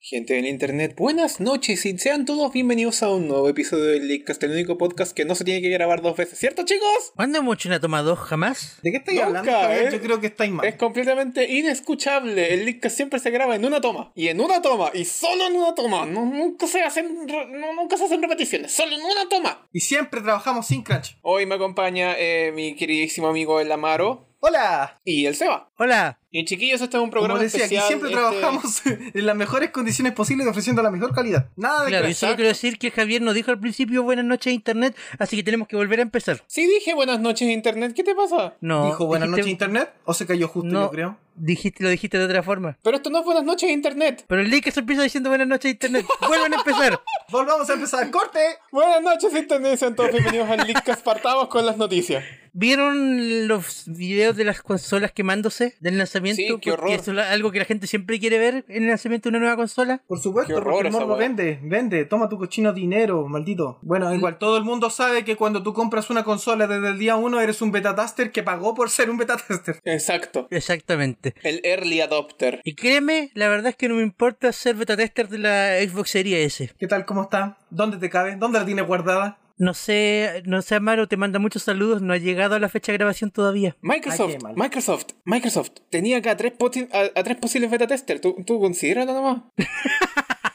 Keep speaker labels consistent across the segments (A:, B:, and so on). A: Gente del internet, buenas noches y sean todos bienvenidos a un nuevo episodio del Leakcast, el único podcast que no se tiene que grabar dos veces, ¿cierto chicos?
B: ¿Cuándo hemos hecho una toma dos jamás?
C: ¿De qué estáis
A: Nunca,
C: hablando?
A: ¿eh?
C: Yo creo que estáis mal.
A: Es completamente inescuchable, el Leakcast siempre se graba en una toma, y en una toma, y solo en una toma, no, nunca, se hacen, re- no, nunca se hacen repeticiones, solo en una toma.
C: Y siempre trabajamos sin crunch.
A: Hoy me acompaña eh, mi queridísimo amigo el Amaro
C: ¡Hola!
A: y el Seba.
B: Hola,
A: Y chiquillos, este es un
C: Como
A: programa
C: decía,
A: especial.
C: aquí siempre
A: este-
C: trabajamos en las mejores condiciones posibles y ofreciendo la mejor calidad. Nada de
B: claro, yo
C: crunch.
B: solo quiero decir que Javier nos dijo al principio buenas noches internet, así que tenemos que volver a empezar.
A: Sí dije buenas noches internet, ¿qué te pasa?
B: No,
C: Dijo buenas
B: dijiste-
C: noches internet o se cayó justo,
B: No.
C: yo creo.
B: Dijiste, lo dijiste de otra forma.
A: Pero esto no es buenas noches internet.
B: Pero el link se empieza diciendo buenas noches internet. Vuelvan a empezar.
C: Volvamos a empezar. ¡Corte!
A: Buenas noches, Internet. Sean todos bienvenidos al Leak Partamos con las noticias.
B: ¿Vieron los videos de las consolas quemándose del lanzamiento?
A: Sí, qué
B: Porque
A: horror.
B: Eso es la- algo que la gente siempre quiere ver en el lanzamiento de una nueva consola.
C: Por
A: Qué
C: supuesto,
A: horror
C: porque el
A: esa
C: morbo
A: weá.
C: vende, vende, toma tu cochino dinero, maldito. Bueno, igual, todo el mundo sabe que cuando tú compras una consola desde el día uno eres un beta tester que pagó por ser un beta tester.
A: Exacto.
B: Exactamente.
A: El Early Adopter.
B: Y créeme, la verdad es que no me importa ser beta tester de la Xbox Series S.
C: ¿Qué tal? ¿Cómo está? ¿Dónde te cabe? ¿Dónde la tienes guardada?
B: No sé, no sé, Amaro, te manda muchos saludos, no ha llegado a la fecha de grabación todavía.
C: Ay,
A: Microsoft,
C: qué mal.
A: Microsoft, Microsoft. Tenía acá tres poti- a, a tres posibles beta tester. Tú, tú considéralo nomás.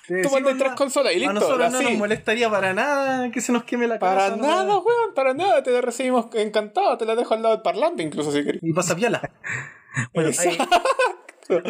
A: Tú mandas
C: mandas
A: tres consolas y listo,
C: pues, A nosotros no
A: así.
C: nos molestaría para nada que se nos queme la
A: Para
C: casa. no.
A: nada, weón, para nada. Te la recibimos encantado. Te la dejo al lado del parlante, incluso si querés.
C: Y pasa piola.
B: Bueno, ahí-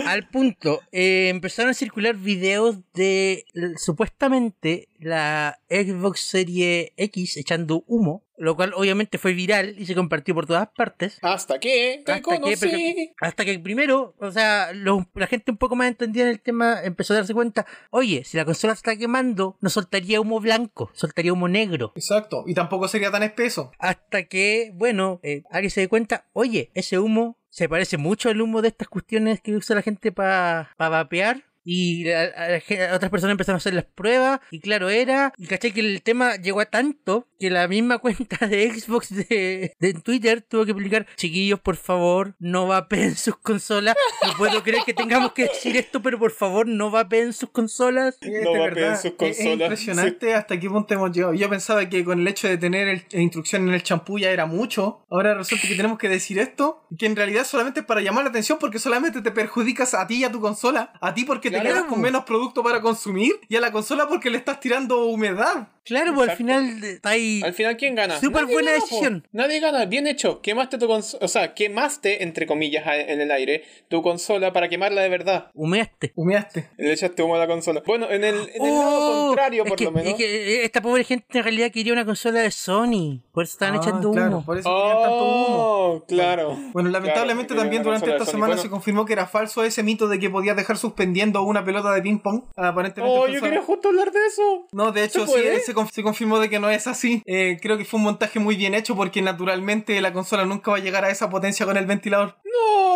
B: al punto, eh, empezaron a circular videos de l- supuestamente la Xbox Serie X echando humo, lo cual obviamente fue viral y se compartió por todas partes.
A: Hasta que te
B: Hasta que,
A: conocí.
B: porque- hasta que primero, o sea, los- la gente un poco más entendida en el tema empezó a darse cuenta, oye, si la consola se está quemando, no soltaría humo blanco, soltaría humo negro.
C: Exacto. Y tampoco sería tan espeso.
B: Hasta que, bueno, eh, alguien se dé cuenta, oye, ese humo se parece mucho al humo de estas cuestiones que usa la gente para vapear. Y la- a la gen- a otras personas empezaron a hacer las pruebas, y claro era, y caché que el tema llegó a tanto que la misma cuenta de Xbox de, de Twitter tuvo que publicar, chiquillos, por favor, no vapeen sus consolas, no puedo creer que tengamos que decir esto, pero por favor, no vapeen sus consolas.
C: Es
A: No
C: de
A: va a
C: Este, verdad,
A: pedir sus
C: es- Es
A: consolas.
C: impresionante hasta qué punto hemos llegado. Yo pensaba que con el hecho de tener el- la instrucción en el champú ya era mucho. Ahora resulta que tenemos que decir esto. Que en realidad solamente es para llamar la atención porque solamente te perjudicas a ti y a tu consola. A ti porque
A: Claro.
C: te quedas con menos producto para consumir y a la consola porque le estás tirando humedad.
B: Claro, pues al
A: Exacto.
B: final eh, está ahí...
A: Al final, ¿quién gana?
B: Súper
A: Nadie
B: buena
A: gana, po.
B: decisión.
A: Nadie gana, bien hecho. Quemaste tu consola, o sea, quemaste, entre comillas, a- en el aire, tu consola para quemarla de verdad.
B: Humeaste.
C: Humeaste.
A: Le echaste humo a la consola. Bueno, en el, en el
B: Oh,
A: lado contrario,
B: es
A: por
B: que-
A: lo menos.
B: es que, eh, esta pobre gente en realidad quería una consola de Sony. Por eso estaban
C: Ah,
B: echando
C: claro,
B: humo.
C: Por eso tenían tanto humo.
A: Oh, claro.
C: Bueno, lamentablemente
A: Claro,
C: también
A: porque
C: durante
A: la
C: esta
A: consola
C: semana
A: de
C: se
A: Sony-
C: confirmó que era falso ese mito de que podías dejar suspendiendo una pelota de ping pong. Aparentemente
A: Bueno. Oh,
C: fue
A: yo
C: falso.
A: quería justo hablar de eso.
C: No, de hecho,
A: ¿Se
C: sí, eh,
A: puede?
C: se, conf- se confirmó de que no es así. Eh, creo que fue un montaje muy bien hecho porque naturalmente la consola nunca va a llegar a esa potencia con el ventilador.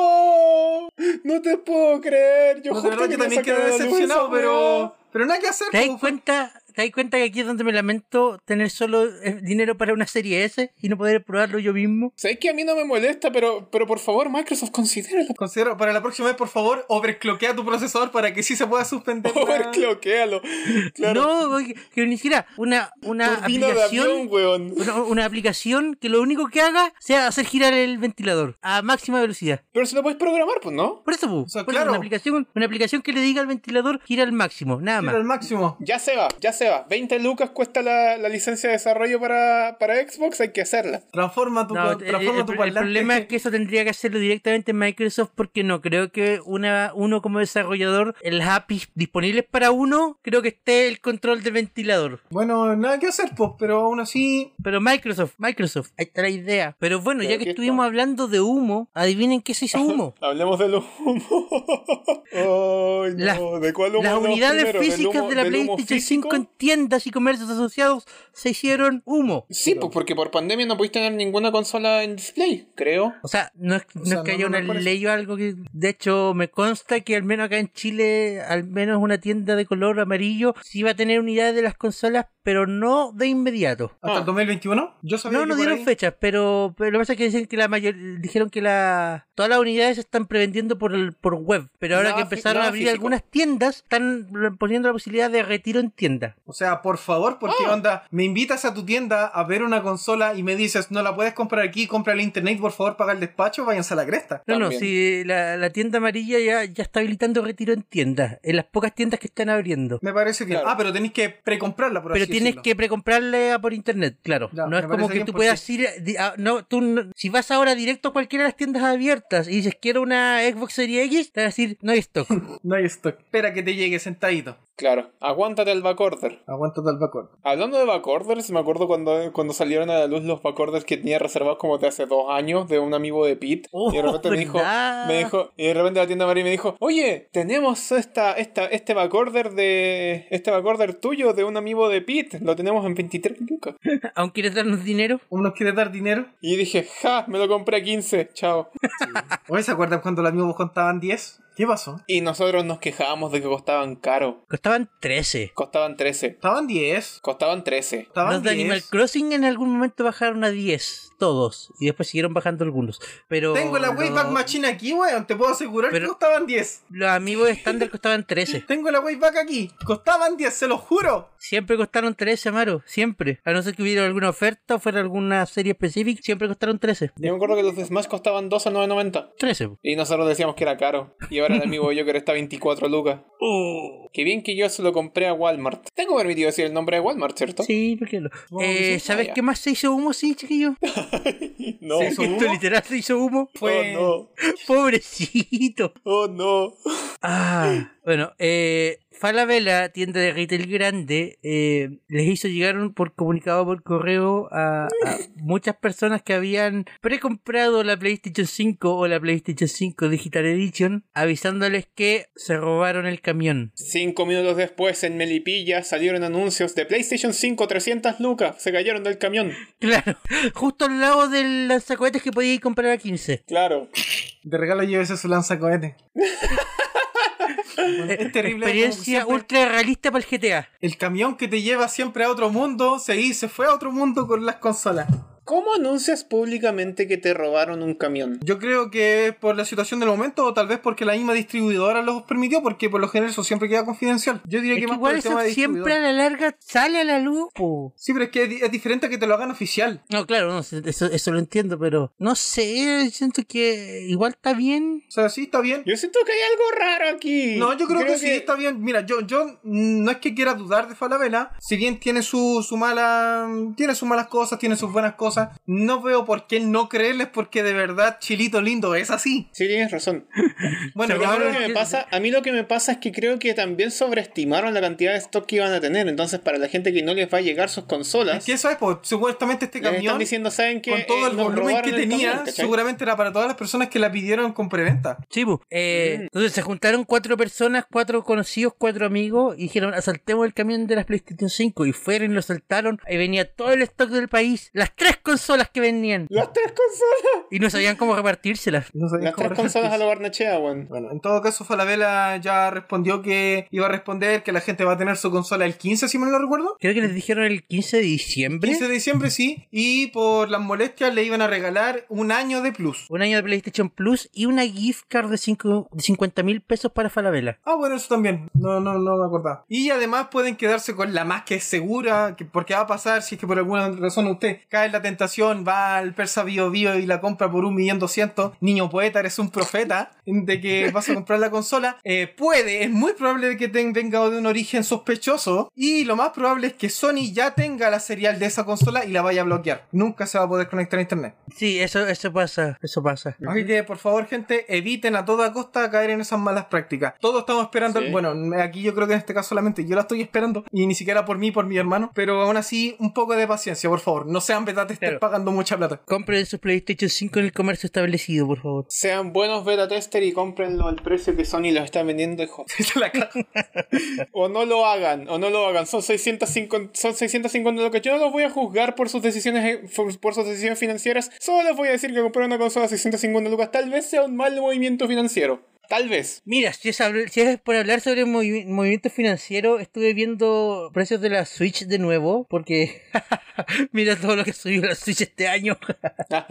A: No, no te puedo creer. Yo
C: No,
A: justo
C: de verdad, yo
A: quería
C: también
A: sacar
C: quedé
A: a la luz
C: decepcionado,
A: esa
C: pero...
A: weá.
C: Pero nada que hacer. pues,
B: ¿Te das
C: po.
B: cuenta? ¿Te das cuenta que aquí es donde me lamento tener solo eh, dinero para una serie S y no poder probarlo yo mismo?
A: Sabes que a mí no me molesta, pero, pero por favor, Microsoft, considéralo.
C: Considero, para la próxima vez, por favor, overcloquea tu procesador para que sí se pueda suspender. la-
A: Overcloquealo. Claro.
B: No, oye, que ni siquiera una, una
A: Turbina de avión,
B: aplicación.
A: weón.
B: Una, una aplicación que lo único que haga sea hacer girar el ventilador a máxima velocidad.
A: Pero se lo puedes programar, pues, ¿no?
B: Por eso, pu,
C: O sea,
B: por eso,
C: claro.
B: una, aplicación, una aplicación que le diga al ventilador gira al máximo, nada más.
C: Al máximo.
A: Ya se va, ya se va. 20 lucas cuesta la, la licencia de desarrollo para, para Xbox, hay que hacerla.
C: Transforma tu,
B: No,
C: co-
B: el,
C: transforma
B: el-
C: tu
B: el
C: parlante.
B: problema es que eso tendría que hacerlo directamente en Microsoft porque no creo que una uno como desarrollador, el API disponibles para uno, creo que esté el control del ventilador.
C: Bueno, nada que hacer, pues, pero aún así.
B: Pero Microsoft, Microsoft, ahí está la idea. Pero bueno,
A: Pero
B: ya que
A: aquí
B: estuvimos
A: está.
B: hablando de humo, adivinen qué se hizo humo.
A: Hablemos del humo. Ay, no.
B: Las-
A: ¿De cuál humo
B: Las
A: hablamos
B: unidades
A: primero? ¿Del
B: físicas
A: humo-
B: de la
A: del humo
B: PlayStation
A: físico?
B: 5 tiendas y comercios asociados se hicieron humo.
A: Sí, pues porque por pandemia no pudiste tener ninguna consola en display, creo.
B: O sea, no es, no
C: sea,
B: es que
C: no,
B: haya
C: no, no
B: una
C: por eso.
B: ley o algo que... De hecho, me consta que al menos acá en Chile, al menos una tienda de color amarillo sí va a tener unidades de las consolas, pero no de inmediato.
C: ¿Hasta
A: Ah.
C: el 2021? Yo sabía
B: No,
C: que
B: no
C: por
B: dieron
C: ahí-
B: fechas, pero, pero lo que pasa es que dicen que la mayor, dijeron que la, todas las unidades se están prevendiendo por, el- por web, pero ahora
A: Nada
B: que
A: fi-
B: empezaron a
A: nada
B: abrir
A: físico.
B: algunas tiendas, están poniendo la posibilidad de retiro en tienda.
C: O sea, por favor, porque
A: Ah.
C: onda, me invitas a tu tienda a ver una consola y me dices, no la puedes comprar aquí, compra en internet, por favor, paga el despacho, váyanse a la cresta.
B: No, no,
A: También.
B: si la, la tienda amarilla ya, ya está habilitando retiro en tiendas, en las pocas tiendas que están abriendo.
C: Me parece bien.
A: Claro.
C: Ah, pero tenéis que precomprarla, por
B: Pero
C: así
B: tienes
C: decirlo.
B: que precomprarle a por internet, claro.
C: Ya,
B: no es
C: me
B: como
C: parece
B: que
C: bien
B: tú
C: porque-
B: puedas ir. di- a- no, tú, no- si vas ahora directo a cualquiera de las tiendas abiertas y dices quiero una Xbox Series X, te van a decir no hay stock.
C: No hay stock. Espera que te llegue sentadito.
A: Claro, aguántate el backorder.
C: Aguanta tal bacor.
A: Hablando de backorders, me acuerdo cuando, cuando salieron a la luz los backorders que tenía reservados como de hace dos años de un amigo de Pete.
B: Oh,
A: y de repente me dijo,
B: ¿verdad?
A: me dijo, y de repente la tienda María me dijo, oye, tenemos esta, esta, este backorder de. este backorder tuyo de un amigo de Pete. Lo tenemos en 23 lucas.
B: ¿Aún quieres darnos dinero?
C: ¿Uno quiere dar dinero?
A: Y dije, ja, me lo compré a 15, chao.
C: ¿O se acuerdan cuando los amigos contaban 10? ¿Qué pasó?
A: Y nosotros nos quejábamos de que costaban caro.
B: Costaban 13.
A: Costaban 13.
C: Estaban 10.
A: Costaban 13.
C: Estaban
B: Los de
C: 10.
B: Animal Crossing en algún momento bajaron a 10, todos. Y después siguieron bajando algunos. Pero.
C: Tengo la
B: los-
C: Wayback Machine aquí, weón. Te puedo asegurar
B: Pero-
C: que costaban 10.
B: Los amigos estándar costaban 13.
C: Tengo la Wayback aquí. Costaban 10, se lo juro.
B: Siempre costaron 13, Amaro. Siempre. A no ser que hubiera alguna oferta o fuera alguna serie específica, siempre costaron 13.
A: Yo me acuerdo que los de Smash costaban 2 a 9.90.
B: 13. po.
A: Y nosotros decíamos que era caro. Y ahora el amigo Joker está a 24 lucas.
C: Oh.
A: Qué bien que yo se lo compré a Walmart. Tengo permitido decir el nombre de Walmart, ¿cierto?
B: Sí, porque no.
C: Supongo
B: Eh,
A: sí.
C: que
B: ¿Sabes
A: Ah, ya.
B: qué más se hizo humo, sí, chiquillo?
A: No.
C: Sí, eso-
B: Esto
C: ¿Hizo humo? Pues-
B: literal se hizo humo.
C: Fue...
A: Oh,
B: Pobrecito.
A: no. Oh, no.
B: Ah, bueno, eh, Falabella, tienda de retail grande, eh, les hizo llegar un- por comunicado por correo a, a muchas personas que habían precomprado la PlayStation 5 o la PlayStation 5 Digital Edition, avisándoles que se robaron el camión.
A: Cinco minutos después, en Melipilla, salieron anuncios de PlayStation 5 300 lucas. Se cayeron del camión.
B: Claro, justo al lado del lanzacohetes que podía ir a comprar a 15.
A: Claro.
C: De regalo llévese su lanzacohete. es terrible. como
B: Experiencia
C: siempre,
B: ultra realista para el GTA.
C: El camión que te lleva siempre a otro mundo se, i- se fue a otro mundo con las consolas.
A: ¿Cómo anuncias públicamente que te robaron un camión?
C: Yo creo que es por la situación del momento o tal vez porque la misma distribuidora los permitió, porque por lo general eso siempre queda confidencial. Yo diría
B: Es que
C: que, más por
B: igual
C: el
B: eso
C: tema de
B: siempre a
C: distribuidor.
B: la larga sale a la luz. po.
C: Sí, pero es que es, di- es diferente a que te lo hagan oficial.
B: No, claro, no, sí, eso, eso lo entiendo, pero no sé, siento que igual está bien.
C: O sea, sí, está bien.
A: Yo siento que hay algo raro aquí.
C: No, yo creo, que, sí, está bien. Mira, yo, yo mm, no es que quiera dudar de Falabella, si bien tiene su, su mala, tiene sus malas cosas, tiene sus buenas cosas, no veo por qué no creerles porque de verdad Chilito lindo es así.
A: Sí, tienes razón. Pero
C: Bueno, y
A: a mí
C: ahora
A: lo que me pasa, a mí lo que me pasa es que creo que también sobreestimaron la cantidad de stock que iban a tener. Entonces, para la gente que no les va a llegar sus
C: es
A: consolas,
C: que eso es, pues, supuestamente este
A: les están
C: camión
A: diciendo, ¿saben qué?
C: con todo
A: Eh,
C: el
A: nos
C: volumen
A: robaron
C: que
A: el
C: tenía,
A: camión, ¿cachai?
C: seguramente era para todas las personas que la pidieron con preventa.
B: Sí, po. Eh, Entonces se juntaron cuatro personas, cuatro conocidos, cuatro amigos, y dijeron, asaltemos el camión de las PlayStation 5. Y fueron y lo saltaron. Ahí venía todo el stock del país, las tres consolas que venían.
A: Las tres consolas.
B: Y no sabían cómo repartírselas.
C: No sabía
A: Las
C: cómo
A: tres
C: resolver.
A: consolas a lo barnechea, weón.
C: Bueno, en todo caso, Falabella ya respondió que iba a responder que la gente va a tener su consola el 15, si mal no recuerdo.
B: Creo que les dijeron el 15 de diciembre.
C: 15 de diciembre, sí. Y por las molestias le iban a regalar un año de plus.
B: un año de PlayStation Plus y una gift card de, cinco, de 50 mil pesos para Falabella.
C: Ah, bueno, eso también. No, no, no me acordaba. Y además pueden quedarse con la más que segura, que, porque va a pasar si es que por alguna razón usted cae en la tentación, va al Persa Bio Bio y la compra por un millón doscientos. Niño poeta, eres un profeta de que vas a comprar la consola. Eh, puede, es muy probable que ten- venga de un origen sospechoso. Y lo más probable es que Sony ya tenga la serial de esa consola y la vaya a bloquear. Nunca se va a poder conectar a internet.
B: Sí, eso, eso pasa, eso pasa.
C: Así que, por favor, gente, eviten a toda costa caer en esas malas prácticas. Todos estamos esperando,
A: Sí.
C: bueno, aquí yo creo que en este caso solamente yo la estoy esperando, y ni siquiera por mí, por mi hermano, pero aún así, un poco de paciencia, por favor, no sean beta
B: Claro.
C: estás pagando mucha plata.
B: Compren sus PlayStation 5 en el comercio establecido, por favor.
A: Sean buenos beta tester y cómprenlo al precio que Sony los está vendiendo. hijo.
C: Esa es la cara.
A: O no lo hagan, o no lo hagan. Son 650, son 650 lo que yo no los voy a juzgar por sus decisiones eh, por, por sus decisiones financieras. Solo les voy a decir que comprar una consola a 650 lucas tal vez sea un mal movimiento financiero. Tal vez.
B: Mira, si es, habl- si es por hablar sobre movi- movimiento financiero, estuve viendo precios de la Switch de nuevo, porque mira todo lo que subió la Switch este año.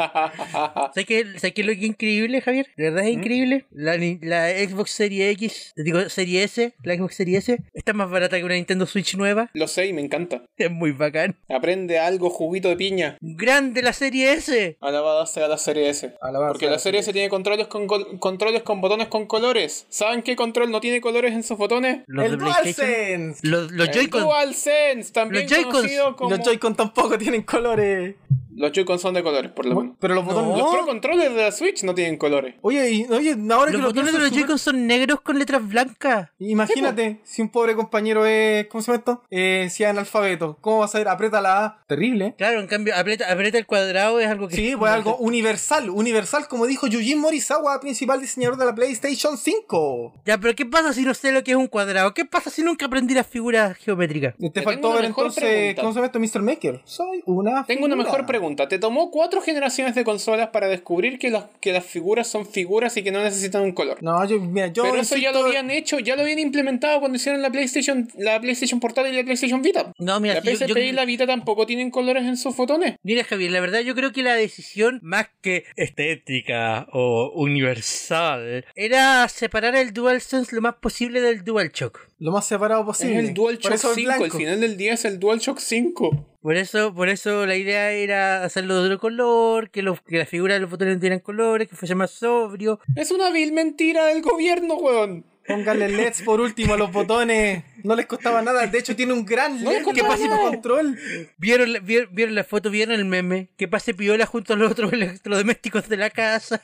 B: ¿Sabes qué, ¿Sabes qué es lo que es increíble, Javier? ¿De verdad es increíble? La, ni- la Xbox Series X, digo Serie S, la Xbox Series S, está más barata que una Nintendo Switch nueva.
A: lo sé y me encanta.
B: Es muy bacán.
A: Aprende algo, juguito de piña.
B: ¡Grande la Serie S!
A: Alabada sea la serie S.
C: Alabado
A: Porque
C: sea
A: la serie S tiene controles con col- controles con botones con colores. ¿Saben qué control no tiene colores en sus botones?
B: Los
C: el
B: de PlayStation.
C: DualSense.
B: Los, los
A: El
B: Joy-Con.
A: DualSense, también
B: Los Joy-Cons.
A: conocido como...
C: Los Joy-Con tampoco tienen colores.
A: Los Joy-Cons son de colores, por lo menos.
C: Pero los
B: No.
C: botones.
A: Los Pro Controllers de la Switch no tienen colores.
C: Oye, y, oye,
B: Los
C: ahora que lo
B: botones de
C: pienso,
B: los
C: es súper-
B: Joy-Con son negros con letras blancas.
C: Imagínate, si un pobre compañero es. ¿Cómo se llama esto? Eh, si es analfabeto. ¿Cómo vas a ir? Aprieta la A. Terrible. ¿eh?
B: Claro, en cambio, aprieta, aprieta el cuadrado es algo que...
C: Sí, pues algo universal. Universal, como dijo Yujin Morisawa, principal diseñador de la PlayStation 5.
B: Ya, pero ¿qué pasa si no sé lo que es un cuadrado? ¿Qué pasa si nunca aprendí las figuras geométricas?
C: Te
A: Te
C: faltó
A: tengo una
C: ver
A: mejor
C: entonces.
A: pregunta.
C: ¿Cómo se llama esto, Mr. Maker? Soy una.
A: Tengo una
C: figura.
A: mejor pregunta. ¿Te tomó cuatro generaciones de consolas para descubrir que, las- que las figuras son figuras y que no necesitan un color?
C: No, yo, mira, yo.
A: Pero eso ya
C: insisto-
A: lo habían hecho, ya lo habían implementado cuando hicieron la PlayStation, la PlayStation Portal y la PlayStation Vita.
B: No, mira,
A: la
B: si yo-
A: PSP
B: yo-
A: y la Vita tampoco tienen colores en sus fotones.
B: Mira, Javier, la verdad yo creo que la decisión, más que estética o universal, era separar el DualSense lo más posible del DualShock.
C: Lo más separado posible.
A: es el
C: Por
A: DualShock
C: eso es
A: 5, el
C: blanco.
A: final del día es el DualShock 5.
B: Por eso, por eso la idea era hacerlo de otro color, que, los, que las figuras de los botones no tuvieran colores, que fuese más sobrio.
A: Es una vil mentira del gobierno, weón.
C: Pónganle LEDs por último a los botones. No les costaba nada. De hecho, tiene un gran
A: No les
C: LED que
A: costaba
C: pasa por
A: nada.
C: control.
B: ¿Vieron, la- vier- vieron la foto? ¿Vieron el meme? Que pase piola junto a los otros electrodomésticos de la casa.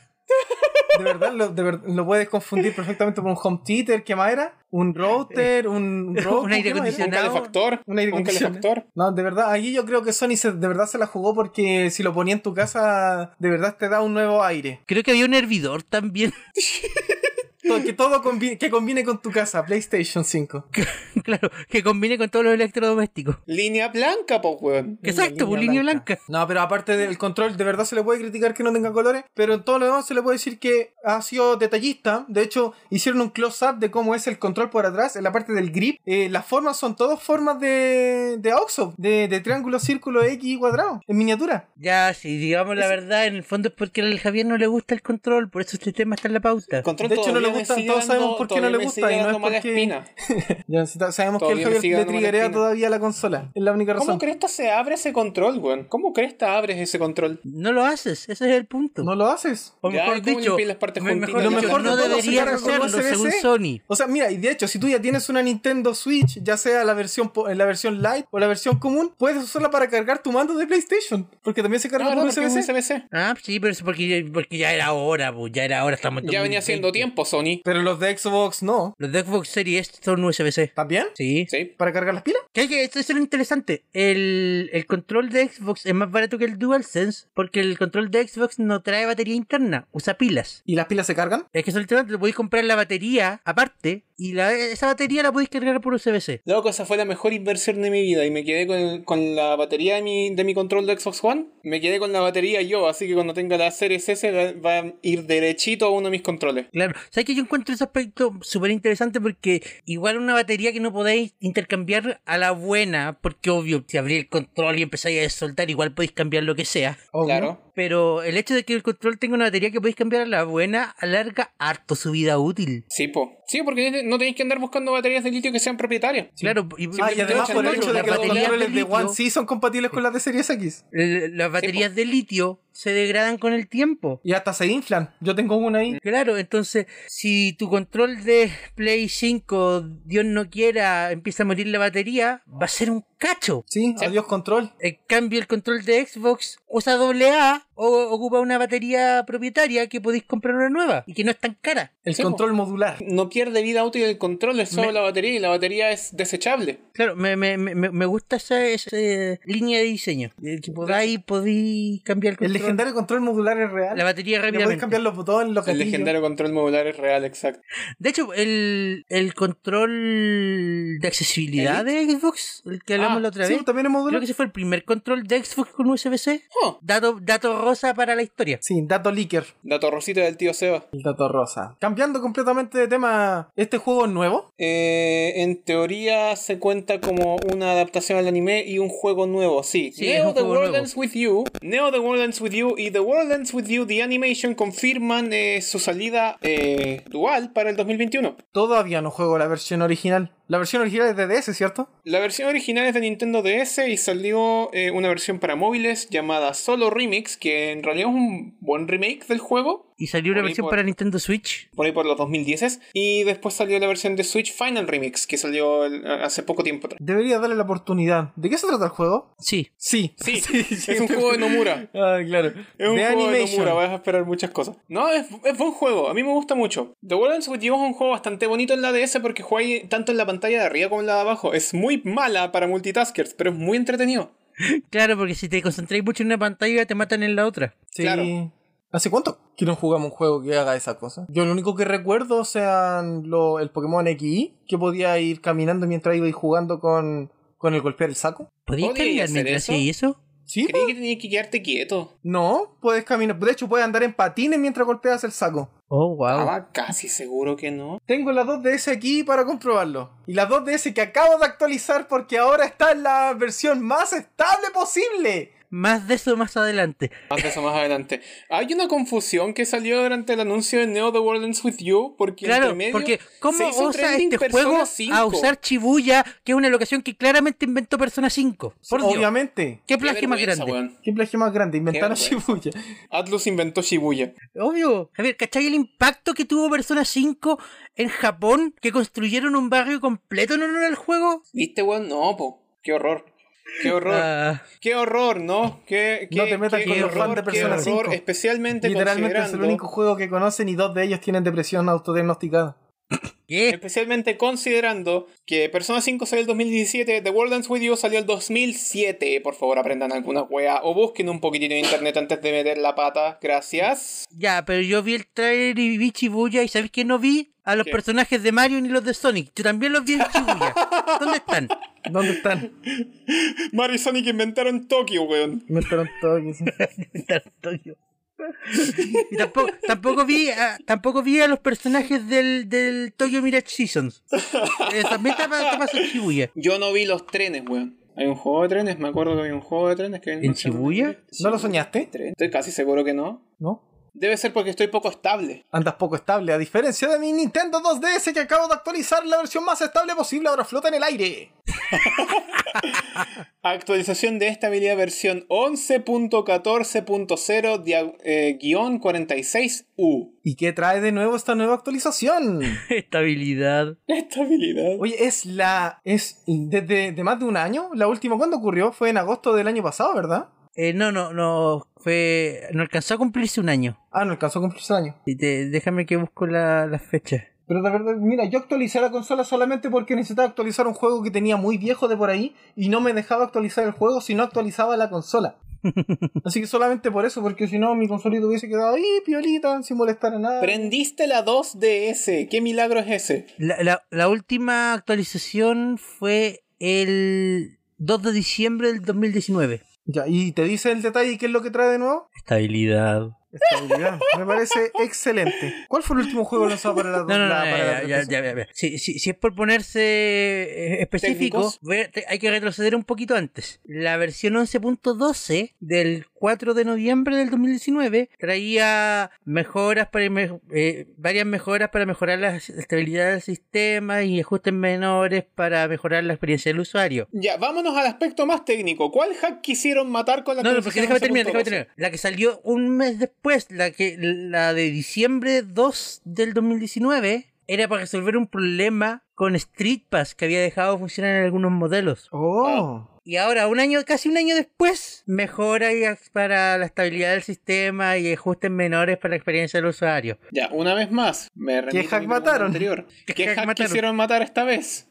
C: De verdad, lo, de ver- lo puedes confundir perfectamente con un home theater. ¿Qué más era? Un router, un. rock,
B: Un aire
C: ¿qué más era?
A: Un
B: acondicionado.
A: calefactor.
C: Un aire
A: Un
C: acondicionado.
A: calefactor.
C: No, de verdad, aquí yo creo que Sony se- de verdad se la jugó porque si lo ponía en tu casa, de verdad te da un nuevo aire.
B: Creo que había un hervidor también.
C: To- Que todo combi- que combine con tu casa, PlayStation 5.
B: claro, que combine con todos los electrodomésticos.
A: Línea blanca, po, weón.
B: Exacto, por línea blanca.
C: No, pero aparte del control, de verdad se le puede criticar que no tenga colores, pero en todo lo demás se le puede decir que ha sido detallista. De hecho, hicieron un close-up de cómo es el control por atrás, en la parte del grip. Eh, las formas son todas formas de, de AUXO, de, de triángulo, círculo, X y cuadrado, en miniatura.
B: Ya, si digamos la verdad, en el fondo es porque al Javier no le gusta el control, por eso este tema está en la pauta.
A: Control
C: De hecho, no
A: todavía
C: le
A: me
C: gustan,
A: sigue
C: todos sabemos
A: dando-
C: por qué no
A: todavía
C: le
A: me
C: gusta
A: sigue
C: y no es
A: dando mala
C: porque-
A: espina.
C: Ya sa- sabemos
A: Todavía
C: que
A: me
C: el
A: sigue
C: Javier le
A: dando mala
C: triguea
A: espina.
C: todavía la consola. Es la única razón.
A: ¿Cómo cresta se abre ese control, weón? ¿Cómo cresta abres ese control?
B: No lo haces, ese es el punto.
C: No lo haces.
B: o
A: Ya,
B: mejor
A: ¿y cómo
B: dicho,
A: limpias las partes
B: me- mejor
A: juntitas?
B: dicho,
A: Lo mejor
B: no
C: de todo,
B: deberían
C: sacarlo con
B: hacerlo
C: USB-C.
B: según Sony.
C: O sea, mira, y de hecho, si tú ya tienes una Nintendo Switch, ya sea la versión po- eh, la versión Lite o la versión común, puedes usarla para cargar tu mando de PlayStation, porque también se carga
A: Ah, No,
C: por
A: no, porque es
C: USB-C.
A: USB-C.
B: Ah, sí, pero es porque, porque ya era hora, pues, ya era hora, estamos en
A: Ya venía
B: 2020.
A: haciendo tiempo, Sony.
C: Pero los de Xbox no.
B: Los de Xbox Series son USB-C.
C: ¿También?
B: Sí.
A: Sí.
C: ¿Para cargar las pilas?
B: Que, que esto es lo interesante. El, el control de Xbox es más barato que el DualSense porque el control de Xbox no trae batería interna, usa pilas.
C: ¿Y las pilas se cargan?
B: Es que solamente lo podéis comprar la batería aparte y la, esa batería la podéis cargar por USB-C.
A: Loco, esa fue la mejor inversión de mi vida y me quedé con, el- con la batería de mi, de mi control de Xbox One. Me quedé con la batería yo, así que cuando tenga la Series S la- va a ir derechito a uno de mis controles.
B: Claro, sabes que yo encuentro ese aspecto súper interesante porque igual una batería que no podéis intercambiar a la buena, porque obvio, si abrís el control y empezáis a soltar, igual podéis cambiar lo que sea.
C: Obvio.
A: Claro.
B: Pero el hecho de que el control tenga una batería que podéis cambiar a la buena alarga harto su vida útil.
A: Sí, po. Sí, porque no tenéis que andar buscando baterías de litio que sean propietarias.
B: Claro, y,
A: Sí,
C: Ah, y
A: Simplemente
C: además por el hecho de que los
A: las baterías
C: controles de One
B: litio-
C: sí son compatibles con las de Series X.
B: l- las baterías de litio se degradan con el tiempo.
C: Y hasta se inflan. Yo tengo una
A: Mm.
C: ahí.
B: Claro, entonces, si tu control de Play 5, Dios no quiera, empieza a morir la batería, va a ser un cacho.
C: Sí,
A: Sí.
C: adiós control.
B: En cambio, el control de Xbox usa doble A o ocupa una batería propietaria que podéis comprar una nueva y que no es tan cara.
C: El
A: Sí,
C: control modular.
A: No pierde vida útil el control, es solo
B: Me-
A: la batería y la batería es desechable.
B: Claro, me, me, me, me gusta esa, esa, eh, línea de diseño. eh, Que podáis, podéis cambiar el
C: El
B: control.
C: legendario control modular es real.
B: la batería
C: Le podéis
B: rápidamente.
C: cambiar los botones, los
A: El
C: gatillos.
A: legendario control modular es real, exacto.
B: De hecho, el, el control de accesibilidad de Xbox, el que hablamos
A: Ah,
B: la otra
C: Sí,
B: vez,
C: también es
B: creo
C: modular.
B: que ese fue el primer control de Xbox con USB-C.
A: Oh,
B: Dato, dato rosa para la historia.
C: Sí, dato leaker.
A: dato rosita del tío Seba.
C: El dato rosa. Cambiando completamente de tema, ¿este juego es nuevo?
A: Eh, en teoría se cuenta como una adaptación al anime y un juego nuevo, sí.
B: Sí, es
A: Neo
B: un
A: The
B: juego
A: World
B: nuevo.
A: Ends With You, Neo The World Ends With You y The World Ends With You The Animation confirman eh, su salida eh, dual para el 2021.
C: Todavía no juego la versión original. La versión original es de DS, ¿cierto?
A: La versión original es de Nintendo DS y salió eh, una versión para móviles llamada Solo Remix, que en realidad es un buen remake del juego,
B: Y salió una
A: Por ahí
B: versión
A: por-
B: para Nintendo Switch.
A: por ahí por los 2010s, y después salió la versión de Switch Final Remix, que salió el- hace poco tiempo atrás.
C: Debería darle la oportunidad. ¿De qué se trata el juego?
B: Sí.
C: Sí.
A: Sí, es un juego de Nomura.
C: Ah, claro.
A: Es un
C: de
A: juego de
C: animation.
A: Nomura, vas a esperar muchas cosas. No, es, es buen juego, a mí me gusta mucho. The World Ends With You es un juego bastante bonito en la DS porque juega tanto en la pantalla de arriba como en la de abajo. Es muy mala para multitaskers, pero es muy entretenido.
B: Claro, porque si te concentráis mucho en una pantalla, te matan en la otra.
C: Sí.
A: Claro.
C: ¿Hace cuánto que no jugamos un juego que haga esa cosa? Yo lo único que recuerdo sean lo- el Pokémon XY, que podía ir caminando mientras iba a ir jugando con, con el golpear el saco.
B: ¿Podéis
A: ¿Podría
B: cambiar
A: hacer
B: mientras
A: eso?
B: sí eso?
C: Sí,
A: Creí que tenías que quedarte quieto.
C: No, puedes caminar. De hecho, puedes andar en patines mientras golpeas el saco.
B: Oh, wow.
A: Estaba casi seguro que no.
C: Tengo la 2DS aquí para comprobarlo. Y la 2DS que acabo de actualizar porque ahora está en la versión más estable posible.
B: Más de eso más adelante.
A: Más de eso más adelante. Hay una confusión que salió durante el anuncio de Neo The World Ends With You porque
B: Claro,
A: entre medio
B: porque ¿cómo
A: se hizo
B: osa
A: trending
B: este
A: Persona
B: juego
A: 5?
B: a usar Chibuya, que es una locación que claramente inventó Persona 5? Por Dios,
C: Obviamente.
B: qué
A: Qué
B: plagio más
A: vergüenza,
B: grande.
A: weón.
C: ¿Qué plagia más grande? Inventar a
A: Qué
C: Shibuya.
A: Atlus inventó Shibuya.
B: Obvio. A ver, ¿cachai el impacto que tuvo Persona 5 en Japón? Que construyeron un barrio completo en honor al juego.
A: ¿Viste, weón? No, po. Qué horror. Qué horror.
B: Ah,
A: Qué horror, ¿no? Qué, qué,
C: No te metas
A: qué
C: con
B: los fans
A: horror,
C: de
A: qué
C: Persona
A: horror,
C: 5.
A: especialmente
C: Literalmente es el
A: considerando-
C: único juego que conocen y dos de ellos tienen depresión autodiagnosticada.
A: Em,
B: ¿Qué?
A: Especialmente considerando que Persona 5 salió el 2017, The World Ends With You salió el 2007. Por favor, aprendan alguna wea o busquen un poquitito en internet antes de meter la pata. Gracias.
B: Ya, pero yo vi el trailer y vi Chibuya y ¿sabéis que no vi? A los
A: ¿Qué?
B: personajes de Mario ni los de Sonic. Yo también los vi en Chibuya. ¿Dónde están?
C: ¿Dónde están?
A: Mario y Sonic inventaron Tokio, weón.
C: Inventaron todo. aquí, sí.
B: Tanto yo. Y tampoco, tampoco vi a, tampoco vi a los personajes del, del Tokyo Mirage Seasons. Eh, también está pa- está pasando en Shibuya.
A: Yo no vi los trenes, weón. Hay un juego de trenes, me acuerdo que había un juego de trenes que
B: ¿En Shibuya?
C: ¿No lo soñaste?
A: Tren. Estoy casi seguro que no.
C: ¿No?
A: Debe ser porque estoy poco estable.
C: Andas poco estable, a diferencia de mi Nintendo 2DS que acabo de actualizar la versión más estable posible, ahora flota en el aire.
A: Actualización de estabilidad versión 11.14.0 dia- eh, guión 46U.
C: ¿Y qué trae de nuevo esta nueva actualización?
B: Estabilidad.
A: Estabilidad.
C: Oye, es la. es desde de más de un año. La última cuando ocurrió fue en agosto del año pasado, ¿verdad?
B: Eh, no, no, no. Fue. No alcanzó a cumplirse un año.
C: Ah, no alcanzó a cumplirse el año.
B: Y te- déjame que busco la, la fecha.
C: Pero la verdad, mira, yo actualicé la consola solamente porque necesitaba actualizar un juego que tenía muy viejo de por ahí y no me dejaba actualizar el juego si no actualizaba la consola. Así que solamente por eso, porque si no mi consolita hubiese quedado ahí, piolita, sin molestar a nada.
A: Prendiste la 2DS. ¿Qué milagro es ese?
B: La, la- la última actualización fue el 2 de diciembre del 2019.
C: Ya, y te dice el detalle y qué es lo que trae de nuevo.
B: Estabilidad.
C: Estabilidad. Me parece excelente. ¿Cuál fue el último juego lanzado para la
B: No, no, no,
C: la-
B: ya,
C: para la
B: ya, ya, ya, ya. Si, si- si es por ponerse eh, específico,
A: Técnicos.
B: voy a- te- hay que retroceder un poquito antes. La versión 11.12 del 4 de noviembre del 2019 traía mejoras para me- eh, varias mejoras para mejorar la estabilidad del sistema y ajustes menores para mejorar la experiencia del usuario.
A: Ya, vámonos al aspecto más técnico. ¿Cuál hack quisieron matar con la
B: No, no, porque
A: actualización
B: déjame terminar, déjame
A: 11.12?
B: terminar. La que salió un mes después, la que la de diciembre 2 del 2019, era para resolver un problema con Street Pass que había dejado de funcionar en algunos modelos.
C: Oh.
B: Y ahora, un año, casi un año después, mejora y as- para la estabilidad del sistema y ajustes menores para la experiencia del usuario.
A: Ya, una vez más, me remito a mi
C: hack
A: pregunta
C: mataron?
A: Anterior.
B: ¿Qué
A: ¿Qué,
B: hack
A: hack
B: mataron?
A: quisieron matar esta vez?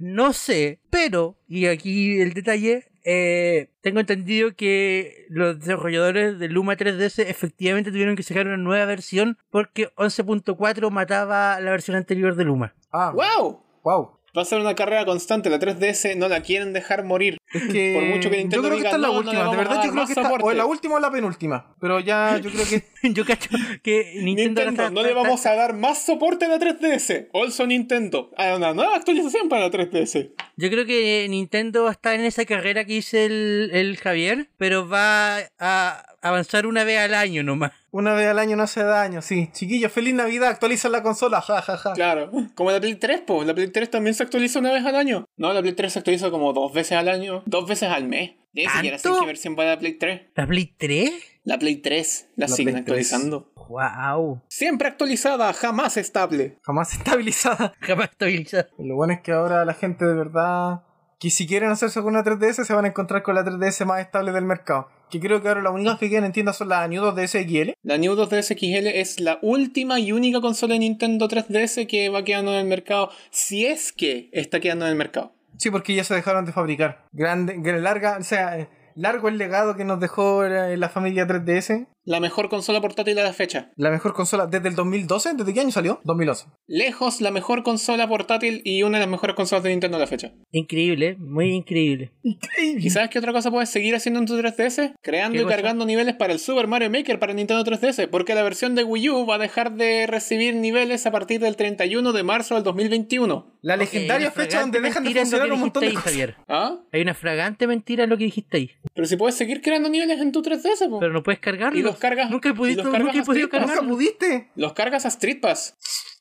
B: No sé, pero, y aquí el detalle, eh, tengo entendido que los desarrolladores de Luma 3DS efectivamente tuvieron que sacar una nueva versión porque 11.4 mataba la versión anterior de Luma.
C: Ah,
A: ¡Wow!
C: wow.
A: Va a ser una carrera constante. La 3DS no la quieren dejar morir.
C: Es que
A: Por mucho que Nintendo
C: yo creo
A: diga,
C: que esta es la
A: "No, no le
C: última,
A: vamos
C: de
A: a
C: verdad
A: dar
C: yo creo
A: más
C: que esta o
A: soporte".
C: es la última o la penúltima, pero ya yo creo que
B: Yo cacho que Nintendo,
A: Nintendo,
B: ahora está-
A: no le
B: está-
A: vamos a dar más soporte a la 3DS. Also Nintendo. A una nueva actualización para la 3DS.
B: Yo creo que Nintendo está en esa carrera que dice el, el Javier, pero va a avanzar una vez al año nomás.
C: una vez al año no hace daño, sí. Chiquillos, feliz Navidad, actualizan la consola, jajaja.
A: Claro. Como la Play 3, pues. La Play 3 también se actualiza una vez al año. No, la Play 3 se actualiza como dos veces al año. Dos veces al mes. Ni siquiera sé
B: ¿Tanto?
A: qué versión va la Play 3.
B: ¿La Play 3?
A: La Play 3 la,
C: La
A: siguen
C: Play 3.
A: actualizando.
B: ¡Wow!
A: Siempre actualizada, jamás estable.
C: Jamás estabilizada.
B: Jamás estabilizada.
C: Lo bueno es que ahora la gente de verdad que si quieren hacerse con una 3DS se van a encontrar con la 3DS más estable del mercado. Que creo que ahora las únicas que quedan en tienda son las New 2DS XL.
A: La New 2DS XL es la última y única consola de Nintendo 3DS que va quedando en el mercado, si es que está quedando en el mercado.
C: Sí, porque ya se dejaron de fabricar. Grande, gr- larga, o sea, eh, largo el legado que nos dejó eh, la familia 3DS.
A: La mejor consola portátil a la fecha.
C: La mejor consola desde el 2012. ¿Desde qué año salió? 2011.
A: Lejos la mejor consola portátil y una de las mejores consolas de Nintendo a la fecha.
B: Increíble, ¿eh? muy increíble.
A: ¿Y
C: Increíble.
A: sabes qué otra cosa puedes seguir haciendo en tu 3DS? Creando
B: ¿Qué
A: y
B: cosa?
A: cargando niveles para el Super Mario Maker para Nintendo 3DS, porque la versión de Wii U va a dejar de recibir niveles a partir del 31 de marzo del 2021.
C: La legendaria
B: Eh, una
C: fecha donde
B: fragante
C: dejan de
B: mentira en lo
C: funcionar
B: que
C: un montón de
B: dijiste
C: cosas.
B: ahí, Javier.
A: ¿Ah?
B: Hay una fragante mentira en lo que dijiste ahí.
A: Pero si puedes seguir creando niveles en tu 3DS, po.
B: Pero no puedes cargarlo.
A: Y los cargas-
B: Nunca he,
A: y
B: podido,
A: los cargas
B: nunca he
A: a
B: podido
A: triples.
B: cargarlo.
C: ¿Nunca pudiste?
A: Los cargas a Street Pass.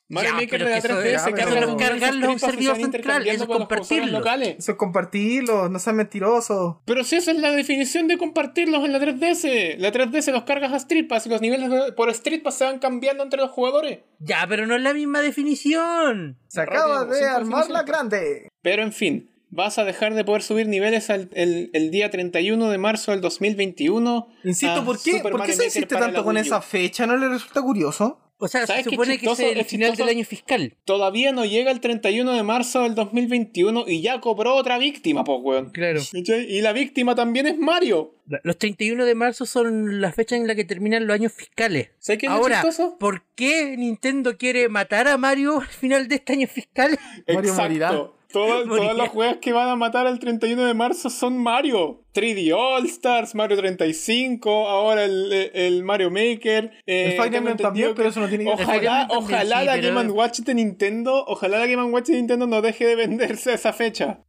A: Mario
B: Ya,
A: Maker
B: pero
A: de la
B: que eso-
A: 3DS
C: ya, pero
A: carga
C: no.
A: los
B: Cargarlo a un servidor central, eso es compartirlo.
A: locales.
C: Eso es compartirlo, no seas mentiroso.
A: Pero si esa es la definición de compartirlos en la 3DS. La 3DS los cargas a Street Pass y los niveles de- por Street Pass se van cambiando entre los jugadores.
B: Ya, pero no es la misma definición.
C: Se acaba
A: Rápido,
C: de
A: sin
C: armar la
A: definición.
C: grande.
A: Pero en fin, vas a dejar de poder subir niveles al- el, el día 31 de marzo del 2021.
C: Insisto,
A: a
C: ¿por qué,
A: Super
C: ¿por qué
A: Mario
C: se
A: Maker
C: insiste
A: para
C: tanto
A: la
C: con
A: Wii U?
C: esa fecha? ¿No le resulta curioso?
B: O sea, se
A: ¿Sabes qué
B: supone que es
A: chistoso?
B: el
A: Es
B: final del
A: chistoso.
B: año fiscal.
A: Todavía no llega el 31 de marzo del 2021 y ya cobró otra víctima, pues, weón.
B: Claro.
A: ¿Cachai? Y la víctima también es Mario.
B: La- Los 31 de marzo son la fecha en la que terminan los años fiscales.
A: ¿Sabes qué es lo
B: Ahora,
A: chistoso?
B: ¿por qué Nintendo quiere matar a Mario al final de este año fiscal?
C: Mario morirá.
A: Todas-
B: Morirá.
A: todas las juegas que van a matar el 31 de marzo son Mario. 3D All Stars, Mario 35, ahora el, el Mario Maker. eh,
C: El Fire
A: tengo
C: Emblem
A: entendido
C: también,
A: que-
C: pero eso no tiene que ver.
B: El Fire
A: Ojalá,
B: Emblem también,
A: ojalá
B: sí,
A: la
B: pero-
A: Game and Watch de Nintendo, ojalá la Game and Watch de Nintendo no deje de venderse a esa fecha.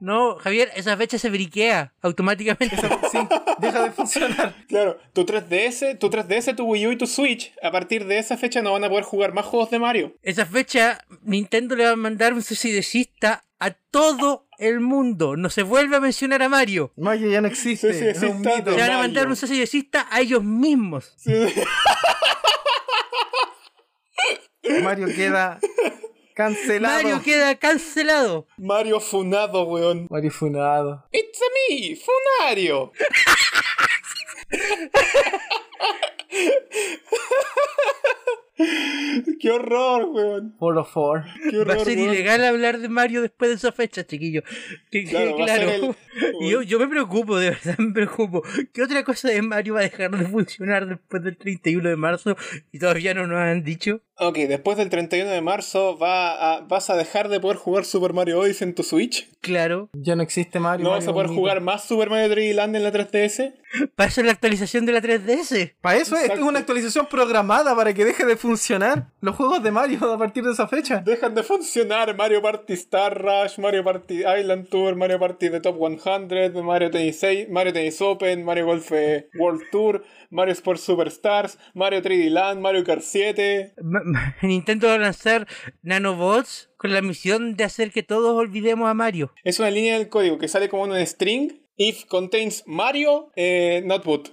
B: No, Javier, esa fecha se briquea automáticamente.
C: Sí, deja de funcionar.
A: Claro, tu 3DS, tu 3DS, tu Wii U y tu Switch, a partir de esa fecha no van a poder jugar más juegos de Mario.
B: Esa fecha, Nintendo le va a mandar un suicidecista a todo el mundo. No se vuelve a mencionar a Mario.
C: Mayo ya no existe.
A: Sí, sí,
C: es un
A: existe.
C: mito.
B: Le van a
A: Mario.
B: mandar un suicidecista a ellos mismos.
C: Mario queda cancelado.
B: Mario queda cancelado.
A: Mario funado, weón.
C: Mario funado.
A: It's a me, funario. Qué horror, weón.
C: Polo 4.
A: Qué
B: Va
A: horror.
B: a ser
A: weón.
B: ilegal hablar de Mario después de esa fecha, chiquillo. Que- que- Claro.
A: Claro, va a ser el-
B: Y yo, yo me preocupo, de verdad, me preocupo. ¿Qué otra cosa de Mario va a dejar de funcionar después del 31 de marzo y todavía no nos han dicho?
A: Ok, después del 31 de marzo va a- vas a dejar de poder jugar Super Mario Odyssey en tu Switch.
B: Claro.
C: Ya no existe Mario.
A: ¿No
C: Mario
A: vas a poder
C: bonito.
A: jugar más Super Mario 3D Land en la 3DS?
B: Para eso es la actualización de la 3DS.
C: Para eso esta es
A: Exacto.
C: una actualización programada para que deje de funcionar los juegos de Mario a partir de esa fecha.
A: Dejan de funcionar Mario Party Star Rush, Mario Party Island Tour, Mario Party The Top 100, Mario Tennis, 6, Mario Tennis Open, Mario Golf eh, World Tour, Mario Sports Superstars, Mario 3D Land, Mario Kart 7.
B: Ma- ma- Nintendo va a lanzar nanobots con la misión de hacer que todos olvidemos a Mario.
A: Es una línea del código que sale como un string. If contains Mario, eh, not boot.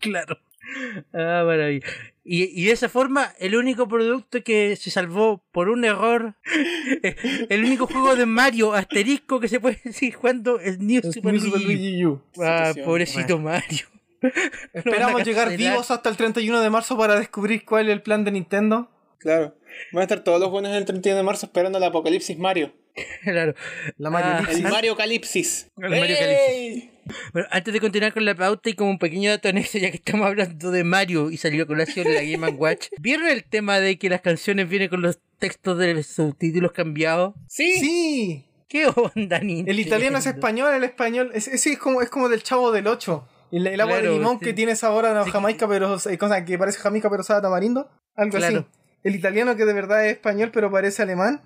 B: Claro. Ah, maravilla. Y, y de esa forma, el único producto que se salvó por un error, eh, el único juego de Mario asterisco que se puede seguir jugando es New Super Luigi.
C: U.
B: Ah,
A: Situación,
B: pobrecito Mario. Lo van a
C: Esperamos llegar
B: cancelar.
C: vivos hasta el 31 de marzo para descubrir cuál es el plan de Nintendo.
A: Claro. Van a estar todos los buenos el 31 de marzo esperando el apocalipsis Mario.
B: Claro.
C: La
B: Ah,
A: El
C: mayoría.
A: Mario Calipsis.
B: El Mario Bueno, antes de continuar con la pauta y como un pequeño dato anexo, ya que estamos hablando de Mario y salió con la de la Game Watch, ¿vieron el tema de que las canciones vienen con los textos de los subtítulos cambiados?
A: Sí.
C: Sí,
B: ¿Qué onda, Nintendo?
C: el italiano es español, el español. es- Ese es como, es como del chavo del 8. El, el agua
B: Claro,
C: de limón
B: sí.
C: que tiene sabor a la
B: Sí.
C: jamaica, pero eh, cosa que parece jamaica, pero sabe a tamarindo. Algo así.
B: Claro.
C: El italiano que de verdad es español, pero parece alemán.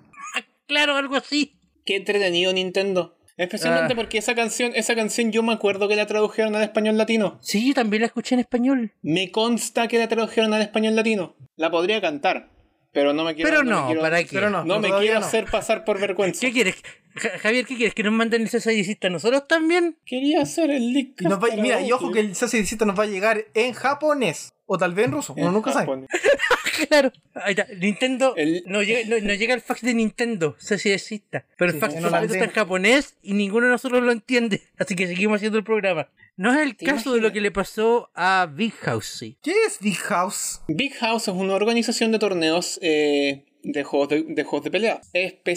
B: Claro, algo así.
A: Qué entretenido Nintendo. Especialmente
B: Ah.
A: porque esa canción, esa canción yo me acuerdo que la tradujeron al español latino.
B: Sí, yo también la escuché en español.
A: Me consta que la tradujeron al español latino. La podría cantar, pero no me quiero.
B: pero
A: me
B: no,
A: quiero-
B: ¿para qué?
C: Pero no,
A: No me
C: todavía
A: quiero
C: no.
A: hacer pasar por vergüenza.
B: ¿Qué quieres? Ja- Javier, ¿qué quieres? ¿Que nos manden el C6 a nosotros también?
A: Quería hacer el leak.
C: Y nos va- mira, y ojo que el Sassy nos va a llegar en japonés. O tal vez en ruso, uno
A: Ah,
C: nunca sabe.
B: Claro. Ahí está. Nintendo.
A: El-
B: Nos, llega, no- nos llega el fax de Nintendo, C6 Pero el
A: Sí,
B: fax
C: en
B: solamente
C: holandés.
B: está en japonés y ninguno de nosotros lo entiende. Así que seguimos haciendo el programa. No es el
A: ¿Te
B: caso de lo
A: imaginas?
B: que le pasó a Big House. sí.
C: ¿Qué es Big House?
A: Big House es una organización de torneos eh, de, juegos de, de juegos de pelea,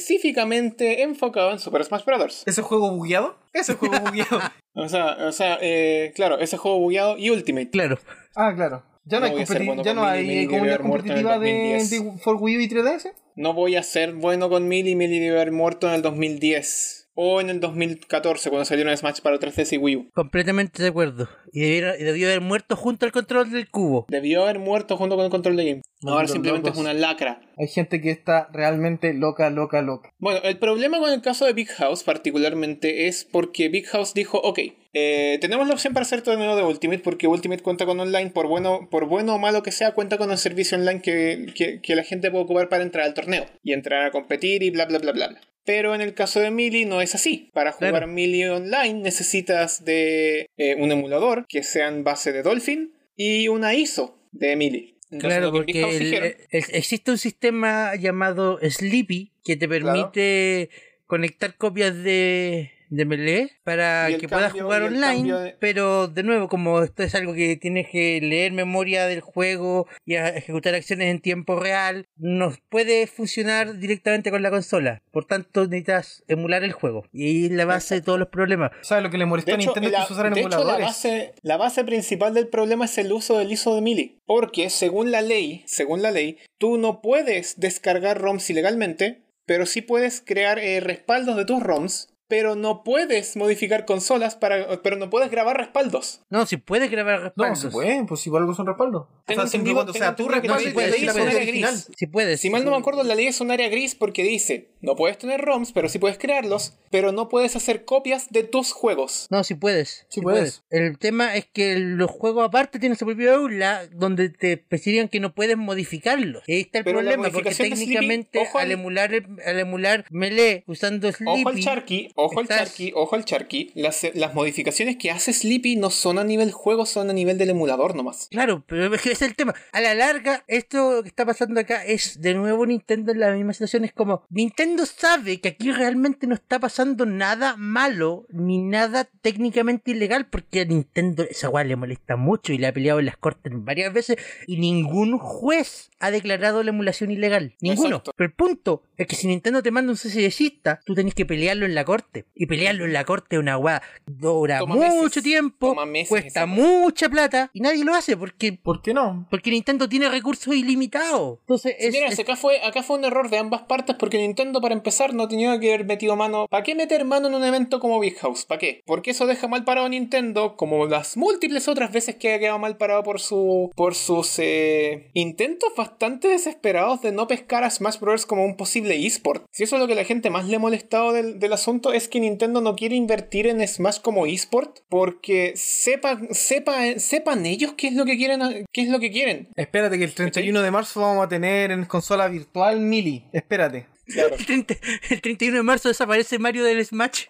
A: específicamente enfocado en Super Smash Bros.
C: ¿Ese juego bugueado? Ese juego bugueado.
A: O sea, o sea eh, claro, ese juego bugueado y Ultimate.
B: Claro.
C: Ah, claro. Ya
A: No
C: no, hay,
A: voy a ser
C: competi-
A: bueno
C: ya
A: con
C: no
A: Mini,
C: hay
A: Mini
C: eh, comunidad
A: River Morton en el
C: competitiva de,
A: 2010.
C: de For Wii U y 3DS.
A: No voy a ser bueno con Millie Millie debe haber muerto en el 2010 o en el 2014 cuando salieron Smash para 3DS y Wii U.
B: Completamente de acuerdo. Y debiera- y debió haber muerto junto al control del cubo.
A: Debió haber muerto junto con el control de game.
C: No,
A: Ahora
C: los
A: simplemente
C: locos.
A: es una lacra.
C: Hay gente que está realmente loca, loca, loca.
A: Bueno, el problema con el caso de Big House particularmente es porque Big House dijo, ok, eh, tenemos la opción para hacer torneo de Ultimate porque Ultimate cuenta con online, por bueno, por bueno o malo que sea, cuenta con un servicio online que, que- que la gente puede ocupar para entrar al torneo y entrar a competir y bla, bla, bla, bla. bla. Pero en el caso de Melee no es así. Para jugar
B: Claro.
A: Melee online necesitas de eh, un emulador que sea en base de Dolphin y una ISO de Melee. Entonces,
B: Claro,
A: lo que en Big
B: porque
A: House
B: el- eh,
A: dijeron-
B: el- existe un sistema llamado Sleepy que te permite conectar copias de, de Melee para
A: Y el
B: que puedas
A: cambio-
B: jugar
A: y el
B: online.
A: cambio de-
B: Pero de nuevo, como esto es algo que tienes que leer memoria del juego y a- ejecutar acciones en tiempo real, nos puede funcionar directamente con la consola. Por tanto, necesitas emular el juego. Y ahí es la base de todos los problemas.
C: ¿Sabes lo que le molestó
A: De
C: a
A: hecho,
C: Nintendo?
A: la,
C: que se usaran
A: de hecho, la
C: emuladores.
A: base, la base principal del problema es el uso del ISO de Mili. Porque según la ley, según la ley, tú no puedes descargar ROMs ilegalmente, pero sí puedes crear eh, respaldos de tus ROMs, pero no puedes modificar consolas para, pero no puedes grabar respaldos.
B: No, si puedes grabar
C: No,
B: respaldos.
C: se puede, pues igual algo son respaldos.
A: Tengo
C: O sea, siempre
A: entendido-
C: cuando
A: tengo
C: sea tu
A: entendido que
C: respaldo y
B: no
C: te
B: se
C: leí la
B: puede,
C: versión
A: se puede
C: original.
B: Si puedes.
A: Si mal no me acuerdo, la ley es un área gris porque dice, no puedes tener ROMs, pero sí puedes crearlos, pero no puedes hacer copias de tus juegos.
B: No, si puedes. sí
C: Sí puedes.
B: El tema es que los juegos aparte tienen su propio aula donde te especifican que no puedes modificarlos. Y ahí está el
A: Pero la
B: problema, porque
A: modificación de Sleepy,
B: técnicamente
A: ojo al-
B: al... emular el- al emular Melee usando Sleepy...
A: Ojo al Charqui, ojo al
B: Estás-
A: Charqui, ojo al Charqui. Las, las modificaciones que hace Sleepy no son a nivel juego, son a nivel del emulador nomás.
B: Claro, pero es que es el tema. A la larga, esto que está pasando acá es de nuevo Nintendo en la misma situación. Es como, Nintendo sabe que aquí realmente no está pasando nada malo ni nada técnicamente ilegal porque a Nintendo esa guay le molesta mucho y le ha peleado en las cortes varias veces y ningún juez ha declarado la emulación ilegal. Ninguno.
A: Exacto.
B: Pero el punto es que si Nintendo te manda un CCDcista, tú tenés que pelearlo en la corte. Y pelearlo en la corte es una guay. Dura
A: Toma
B: mucho
A: meses.
B: tiempo,
A: Toma meses esa
B: cuesta
A: guay.
B: mucha plata y nadie lo hace porque
C: ¿Por qué no?
B: porque Nintendo tiene recursos ilimitados. Entonces,
A: Sí,
B: es,
A: mira,
B: es-
A: si acá, fue, acá fue un error de ambas partes porque Nintendo, para empezar, no tenía que haber metido mano. ¿Para qué meter mano en un evento como Big House? ¿Para qué? Porque eso deja mal parado a Nintendo, como las múltiples otras veces que ha quedado mal parado por, su, por sus eh, intentos bastante desesperados de no pescar a Smash Bros. como un posible eSport. Si eso es lo que la gente más le ha molestado del, del asunto, es que Nintendo no quiere invertir en Smash como eSport porque sepan, sepa, sepan ellos qué es lo que quieren. Qué es lo que quieren.
C: Espérate que el 31 de marzo vamos a tener en consola virtual Mili. Espérate.
A: Claro.
B: el, 30 el 31 de marzo desaparece Mario del Smash.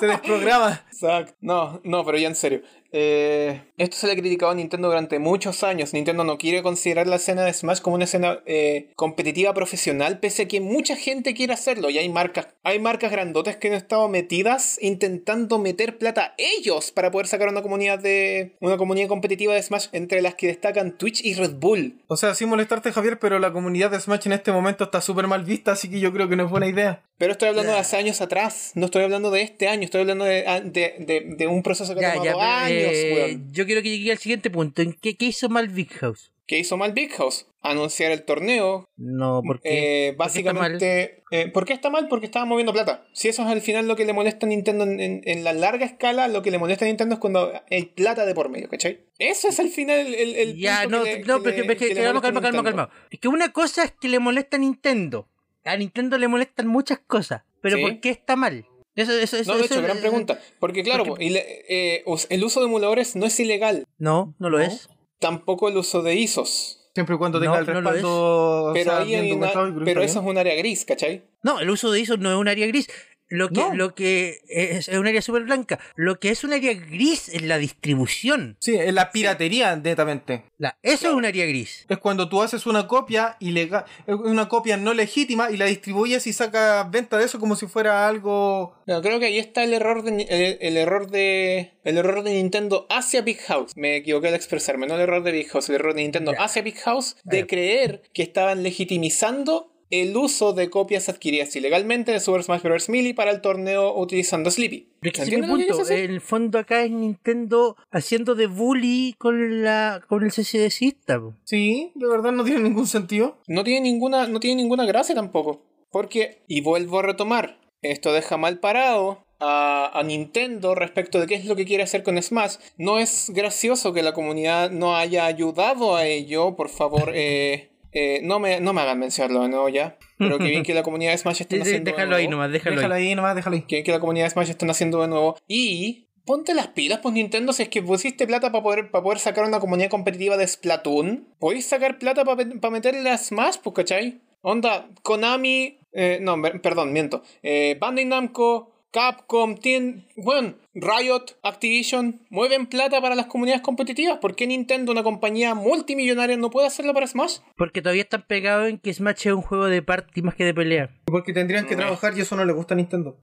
C: Se desprograma.
A: Exacto. No, no, pero ya en serio. eh, esto se le ha criticado a Nintendo durante muchos años. Nintendo no quiere considerar la escena de Smash como una escena eh, competitiva profesional, pese a que mucha gente quiere hacerlo. Y hay marcas, hay marcas grandotas que han estado metidas intentando meter plata ellos para poder sacar una comunidad de una comunidad competitiva de Smash, entre las que destacan Twitch y Red Bull.
C: O sea, sin molestarte, Javier, pero la comunidad de Smash en este momento está súper mal vista, así que yo creo que no es buena idea.
A: Pero estoy hablando de hace años atrás, no estoy hablando de este año, estoy hablando de, de, de- de un proceso que ha
B: Ya,
A: tomado
B: ya, pero,
A: años,
B: eh,
A: weón.
B: yo quiero que llegue al siguiente punto. ¿En qué, qué hizo mal Big House?
A: ¿Qué hizo mal Big House? Anunciar el torneo.
B: No, porque
A: eh, básicamente, eh, ¿por qué está mal? Porque estaba moviendo plata. Si eso es al final lo que le molesta a Nintendo en, en- en la larga escala, lo que le molesta a Nintendo es cuando hay plata de por medio, ¿cachai? Eso es al final el. el, el
B: ya,
A: punto
B: no,
A: que le-
B: no,
A: que
B: pero es
A: le-
B: que- es
A: que
B: que
A: le
B: calma,
A: molesta a
B: calma, calma,
A: Nintendo.
B: calma. Es que una cosa es que le molesta a Nintendo. A Nintendo le molestan muchas cosas, pero
A: Sí.
B: ¿por qué está mal? Eso, eso, eso,
A: No, de
B: eso-
A: hecho, gran pregunta. Porque claro, po, y le- eh, us- el uso de emuladores no es ilegal.
B: No, no lo es.
A: Tampoco el uso de ISOs.
C: Siempre y cuando tenga
B: No,
C: el
B: no lo
C: respaldo. o
A: Pero,
C: sea,
A: ahí hay
C: bien
A: una-
C: documentado, yo creo que
A: pero
C: está
A: eso es un área gris, ¿cachai?
B: No, el uso de ISO no es un área gris. Lo que,
C: No.
B: lo que es, es un área súper blanca. Lo que es un área gris es la distribución.
C: bien. Sí, es la piratería, netamente.
B: La, eso es un área gris.
C: Es cuando tú haces una copia ilegal, eh, una copia no legítima y la distribuyes y sacas venta de eso como si fuera algo.
A: No, creo que ahí está el error de, Ni- el, el error de el error de Nintendo hacia Big House. Me equivoqué al expresarme, no el error de Big House, el error de Nintendo
B: Ya. Eh.
A: hacia Big House de
B: Ya.
A: creer que estaban legitimizando el uso de copias adquiridas ilegalmente de Super Smash Bros. Melee para el torneo utilizando Sleepy.
B: Pero es que
A: ¿Se
B: ese es mi
A: entiende lo que
B: punto.
A: quise decir?
B: En el fondo acá es Nintendo haciendo de bully con la con el CCDcista. po.
C: Sí, de verdad no tiene ningún sentido.
A: no tiene ninguna no tiene ninguna gracia tampoco porque y vuelvo a retomar esto deja mal parado a, a Nintendo respecto de qué es lo que quiere hacer con Smash no es gracioso que la comunidad no haya ayudado a ello por favor eh, eh, no me no me hagan mencionarlo de nuevo ya pero que bien que la comunidad de Smash
B: De-
A: esté
B: de-
A: haciendo de
B: déjalo ahí
A: nuevo.
B: nomás, déjalo,
C: Déjala
B: ahí.
C: ahí nomás, déjala ahí.
A: que bien que la comunidad de Smash están haciendo de nuevo y Ponte las pilas, pues Nintendo, si es que pusiste plata para poder, para poder sacar una comunidad competitiva de Splatoon, podéis sacar plata para meterle a Smash, pues, ¿cachai? Onda, Konami, eh, no, per- perdón, miento. Eh, Bandai Namco, Capcom, Team, bueno, Riot, Activision, mueven plata para las comunidades competitivas. ¿Por qué Nintendo, una compañía multimillonaria, no puede hacerlo para Smash?
B: Porque todavía están pegados en que Smash es un juego de party más que de pelea.
C: Porque tendrían que
A: Meh.
C: trabajar y eso no le gusta a Nintendo.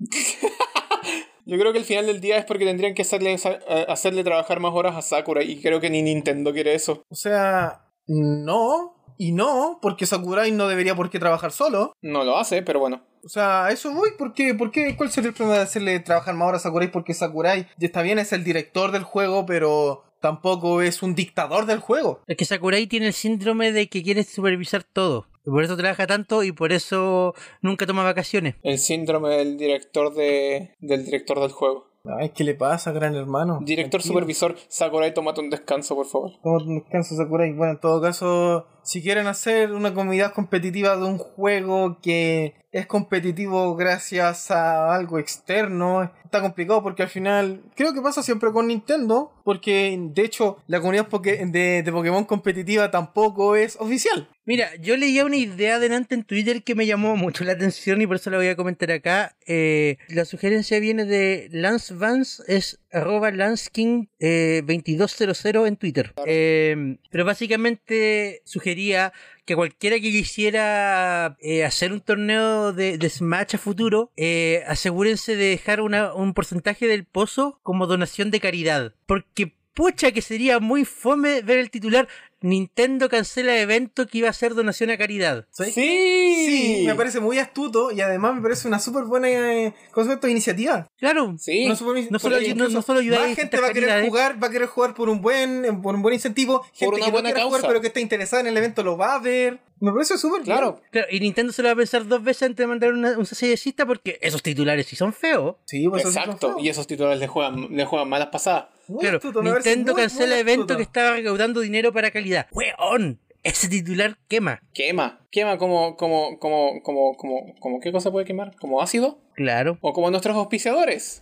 A: Yo creo que al final del día es porque tendrían que hacerle, eh, hacerle trabajar más horas a Sakura y creo que ni Nintendo quiere eso.
C: O sea, no. Y no, porque Sakurai no debería por qué trabajar solo.
A: No lo hace, pero bueno.
C: O sea, a eso voy, ¿por qué? ¿Por qué? ¿Cuál sería el problema de hacerle trabajar más ahora a Sakurai? Porque Sakurai, ya está bien, es el director del juego, pero tampoco es un dictador del juego.
B: Es que Sakurai tiene el síndrome de que quiere supervisar todo. Y por eso trabaja tanto y por eso nunca toma vacaciones.
A: El síndrome del director de, del director del juego.
C: Ay, ¿qué le pasa, gran hermano?
A: Director
C: Tranquilo.
A: supervisor, Sakurai, tómate un descanso, por favor.
C: Como un descanso Sakurai. Bueno, en todo caso, si quieren hacer una comunidad competitiva de un juego que es competitivo gracias a algo externo, está complicado porque al final creo que pasa siempre con Nintendo, porque de hecho la comunidad poke- de, de Pokémon competitiva tampoco es oficial.
B: Mira, yo leía una idea delante en Twitter que me llamó mucho la atención y por eso la voy a comentar acá. Eh, la sugerencia viene de Lance Vance, es arroba eh, LanceKing2200 en Twitter. Eh, pero básicamente sugería que cualquiera que quisiera eh, hacer un torneo de, de Smash a futuro, eh, asegúrense de dejar una- un porcentaje del pozo como donación de caridad. Porque pucha que sería muy fome ver el titular Nintendo cancela evento que iba a ser donación a caridad.
A: ¡Sí!
C: Sí,
A: Sí,
C: me parece muy astuto y además me parece una súper buena eh, concepto de iniciativa.
B: Claro,
A: Sí,
C: Una súper-
B: No solo-
C: porque
B: no- no
C: incluso
B: solo ayudar a
C: Más gente
B: distintas
C: va a querer
B: caridades.
C: jugar, va a querer jugar por un buen, por un buen incentivo. Gente
A: una
C: que
A: buena
C: no quiera
A: causa.
C: jugar pero que está interesada en el evento lo va a ver. Me parece súper bien.
A: claro.
B: claro, y Nintendo se lo va a pensar dos veces antes de mandar una- un CCDcista porque esos titulares sí son feos.
C: Sí, pues eso es
A: Exacto.
C: lo
A: Y esos titulares le juegan, le juegan malas pasadas.
C: Muy
B: Claro,
C: astuto, me parece
B: Nintendo
C: muy, muy
B: cancela evento
C: astuto.
B: que estaba recaudando dinero para calidad. ¡Weón! Ese titular quema.
A: Quema. Quema como, como, como, como, como, como qué cosa puede quemar, como ácido,
B: Claro.
A: o como nuestros auspiciadores.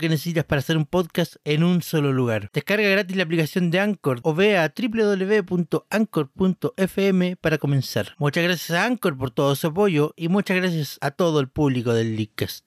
B: que necesitas para hacer un podcast en un solo lugar. Descarga gratis la aplicación de Anchor o ve a www.anchor.fm para comenzar. Muchas gracias a Anchor por todo su apoyo y muchas gracias a todo el público del Leadcast.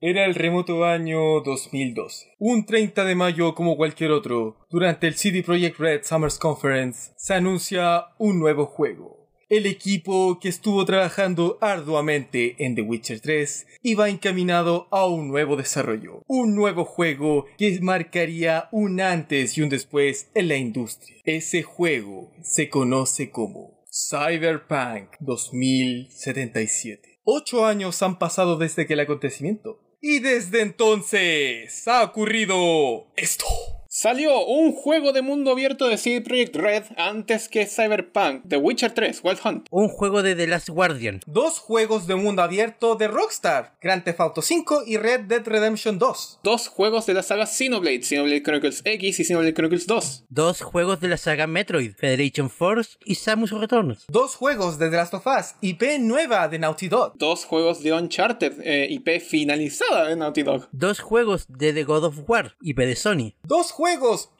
C: Era el remoto año 2012. Un 30 de mayo como cualquier otro, durante el CD Projekt Red Summers Conference, se anuncia un nuevo juego. El equipo que estuvo trabajando arduamente en The Witcher 3 iba encaminado a un nuevo desarrollo, un nuevo juego que marcaría un antes y un después en la industria. Ese juego se conoce como Cyberpunk 2077. Ocho años han pasado desde aquel acontecimiento. Y desde entonces ha ocurrido esto.
A: Salió un juego de mundo abierto de CD Projekt Red antes que Cyberpunk, The Witcher 3, Wild Hunt.
B: Un juego de The Last Guardian.
C: Dos juegos de mundo abierto de Rockstar, Grand Theft Auto 5 y Red Dead Redemption 2.
A: Dos juegos de la saga Xenoblade, Xenoblade Chronicles X y Xenoblade Chronicles 2.
B: Dos juegos de la saga Metroid, Federation Force y Samus Returns.
C: Dos juegos de The Last of Us, IP nueva de Naughty Dog.
A: Dos juegos de Uncharted, eh, IP finalizada de Naughty Dog.
B: Dos juegos de The God of War, IP de Sony.
C: Dos juegos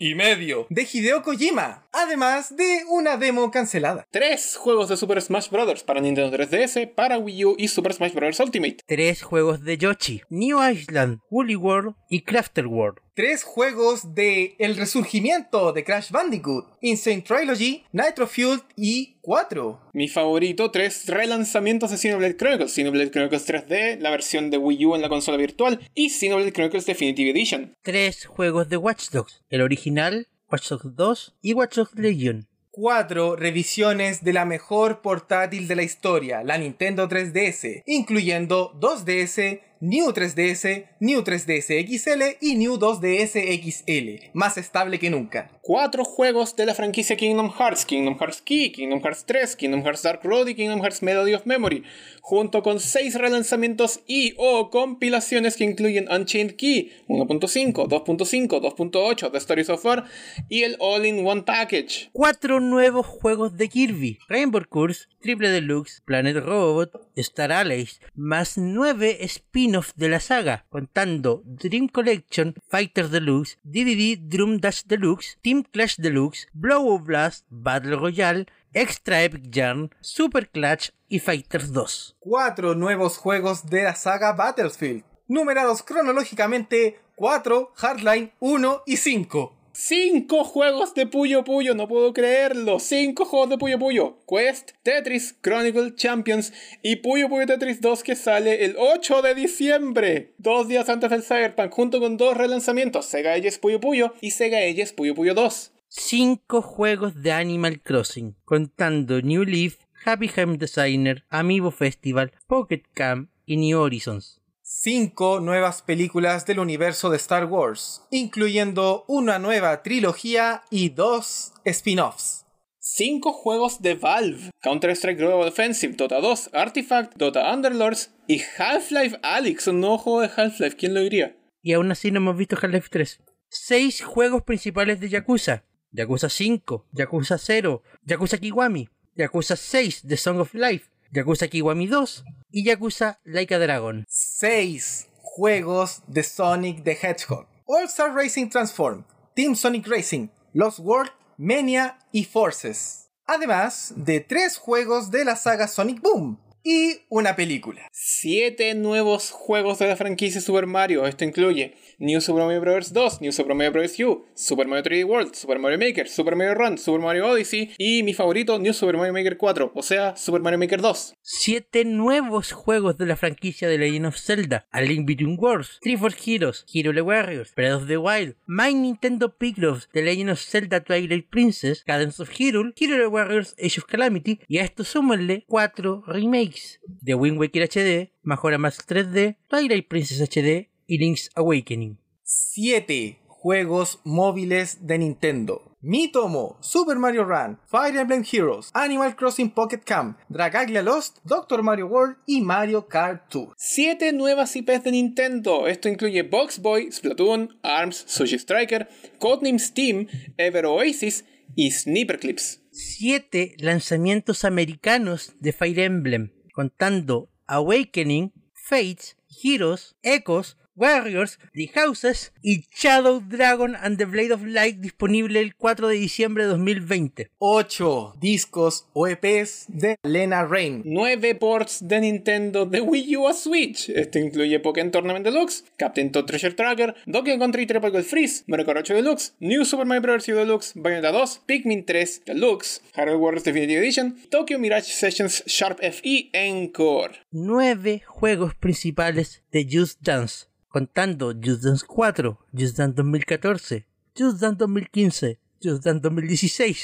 C: y medio de Hideo Kojima. Además de una demo cancelada.
A: Tres juegos de Super Smash Bros. para Nintendo 3DS, para Wii U y Super Smash Bros. Ultimate.
B: Tres juegos de Yoshi, New Island, Woolly World y Crafter World.
C: Tres juegos de El Resurgimiento de Crash Bandicoot, Insane Trilogy, Nitro Fuel y 4.
A: Mi favorito, tres relanzamientos de Xenoblade Chronicles. Xenoblade Chronicles 3D, la versión de Wii U en la consola virtual y Xenoblade Chronicles Definitive Edition.
B: Tres juegos de Watch Dogs, el original, Watch Dogs 2 y Watch Dogs Legion.
C: Cuatro revisiones de la mejor portátil de la historia, la Nintendo 3DS, incluyendo 2DS, New 3DS, New 3DS XL y New 2DS XL, más estable que nunca.
A: Cuatro juegos de la franquicia Kingdom Hearts, Kingdom Hearts Key, Kingdom Hearts 3, Kingdom Hearts Dark Road y Kingdom Hearts Melody of Memory, junto con seis relanzamientos y o compilaciones que incluyen Unchained Key 1.5, 2.5, 2.8, The Story of War y el All-in-One Package.
B: Cuatro nuevos juegos de Kirby, Rainbow Curse, Triple Deluxe, Planet Robot, Star Allies, más nueve spin-off de la saga, contando Dream Collection, Fighter Deluxe, DDD Drum Dash Deluxe, Team Clash Deluxe, Blow Blast, Battle Royale, Extra Epic Yarn, Super Clash y Fighters 2.
C: Cuatro nuevos juegos de la saga Battlefield, numerados cronológicamente 4, Hardline 1 y 5.
A: Cinco juegos de Puyo Puyo, no puedo creerlo. Cinco juegos de Puyo Puyo. Quest, Tetris, Chronicle, Champions y Puyo Puyo Tetris 2 que sale el 8 de diciembre. Dos días antes del Cyberpunk, junto con dos relanzamientos, Sega Ages Puyo Puyo y Sega Ages Puyo Puyo 2.
B: Cinco juegos de Animal Crossing, contando New Leaf, Happy Home Designer, Amiibo Festival, Pocket Camp y New Horizons.
C: 5 nuevas películas del universo de Star Wars, incluyendo una nueva trilogía y dos spin-offs.
A: Cinco juegos de Valve, Counter-Strike Global Offensive, Dota 2, Artifact, Dota Underlords y Half-Life Alyx, un nuevo juego de Half-Life, ¿quién lo diría?
B: Y aún así no hemos visto Half-Life 3. Seis juegos principales de Yakuza. Yakuza 5, Yakuza 0, Yakuza Kiwami, Yakuza 6, The Song of Life, Yakuza Kiwami 2 y Yakuza Like a Dragon.
C: 6 juegos de Sonic the Hedgehog. All Star Racing Transform, Team Sonic Racing, Lost World, Mania y Forces. Además de 3 juegos de la saga Sonic Boom y una película.
A: Siete nuevos juegos de la franquicia Super Mario. Esto incluye New Super Mario Bros. 2, New Super Mario Bros. U, Super Mario 3D World, Super Mario Maker, Super Mario Run, Super Mario Odyssey y mi favorito, New Super Mario Maker 4, o sea, Super Mario Maker 2.
B: Siete nuevos juegos de la franquicia de Legend of Zelda, A Link Between Worlds, Three for Heroes, Hero the Warriors, Breath of the Wild, My Nintendo Picross, The Legend of Zelda Twilight Princess, Cadence of Hero, Hero the Warriors, Age of Calamity y a esto súmenle cuatro remakes de Wind Waker HD, Majora Mask 3D, Twilight Princess HD y Link's Awakening.
C: 7 juegos móviles de Nintendo. Mi Tomo, Super Mario Run, Fire Emblem Heroes, Animal Crossing Pocket Camp, Dragaglia Lost, Doctor Mario World y Mario Kart Tour.
A: Siete nuevas IPs de Nintendo. Esto incluye Box Boy, Splatoon, ARMS, Sushi Striker, Codename Steam, Ever Oasis y Sniper Clips.
B: Siete lanzamientos americanos de Fire Emblem, contando Awakening, Fates, Heroes, Echoes, Warriors, The Houses y Shadow Dragon and the Blade of Light disponible el 4 de diciembre de 2020.
C: 8 discos o EPs de Lena Rain.
A: 9 ports de Nintendo de Wii U a Switch. Esto incluye Pokémon Tournament Deluxe, Captain Toad Treasure Tracker, Donkey Country Triple Gold Freeze, Mario Kart 8 Deluxe, New Super Mario Bros. U Deluxe, Bayonetta 2, Pikmin 3 Deluxe, Harold Warriors Definitive Edition, Tokyo Mirage Sessions Sharp FE Encore.
B: 9 juegos principales de Just Dance, contando Just Dance 4, Just Dance 2014, Just Dance 2015, Just Dance 2016,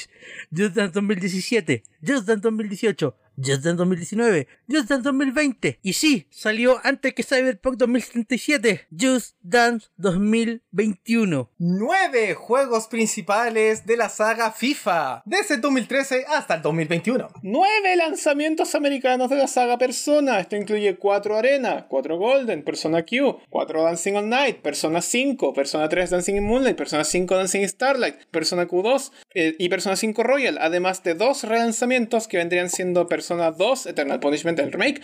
B: Just Dance 2017, Just Dance 2018, Just Dance 2019, Just Dance 2020. Y sí, salió antes que Cyberpunk 2077, Just Dance 2021.
C: 9 juegos principales de la saga FIFA. Desde el 2013 hasta el 2021.
A: 9 lanzamientos americanos de la saga Persona. Esto incluye 4 Arena, 4 Golden, Persona Q, 4 Dancing All Night, Persona 5, Persona 3 Dancing in Moonlight, Persona 5 Dancing in Starlight, Persona Q2 eh, y Persona 5 Royal. Además de dos relanzamientos que vendrían siendo Persona 2 Eternal Punishment, el remake,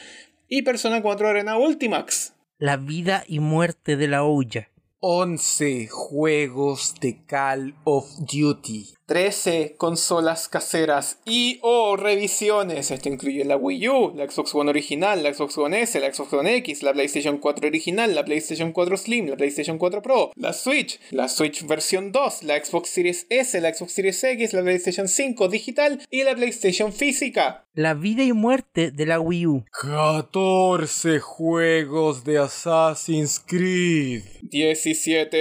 A: y Persona 4 Arena Ultimax.
B: La vida y muerte de la olla.
C: 11 juegos de Call of Duty.
A: 13 consolas caseras y o revisiones. Esto incluye la Wii U, la Xbox One original, la Xbox One S, la Xbox One X, la PlayStation 4 original, la PlayStation 4 Slim, la PlayStation 4 Pro, la Switch, la Switch versión 2, la Xbox Series S, la Xbox Series X, la PlayStation 5 digital y la PlayStation física.
B: La vida y muerte de la Wii U.
C: 14 juegos de Assassin's Creed.
A: 17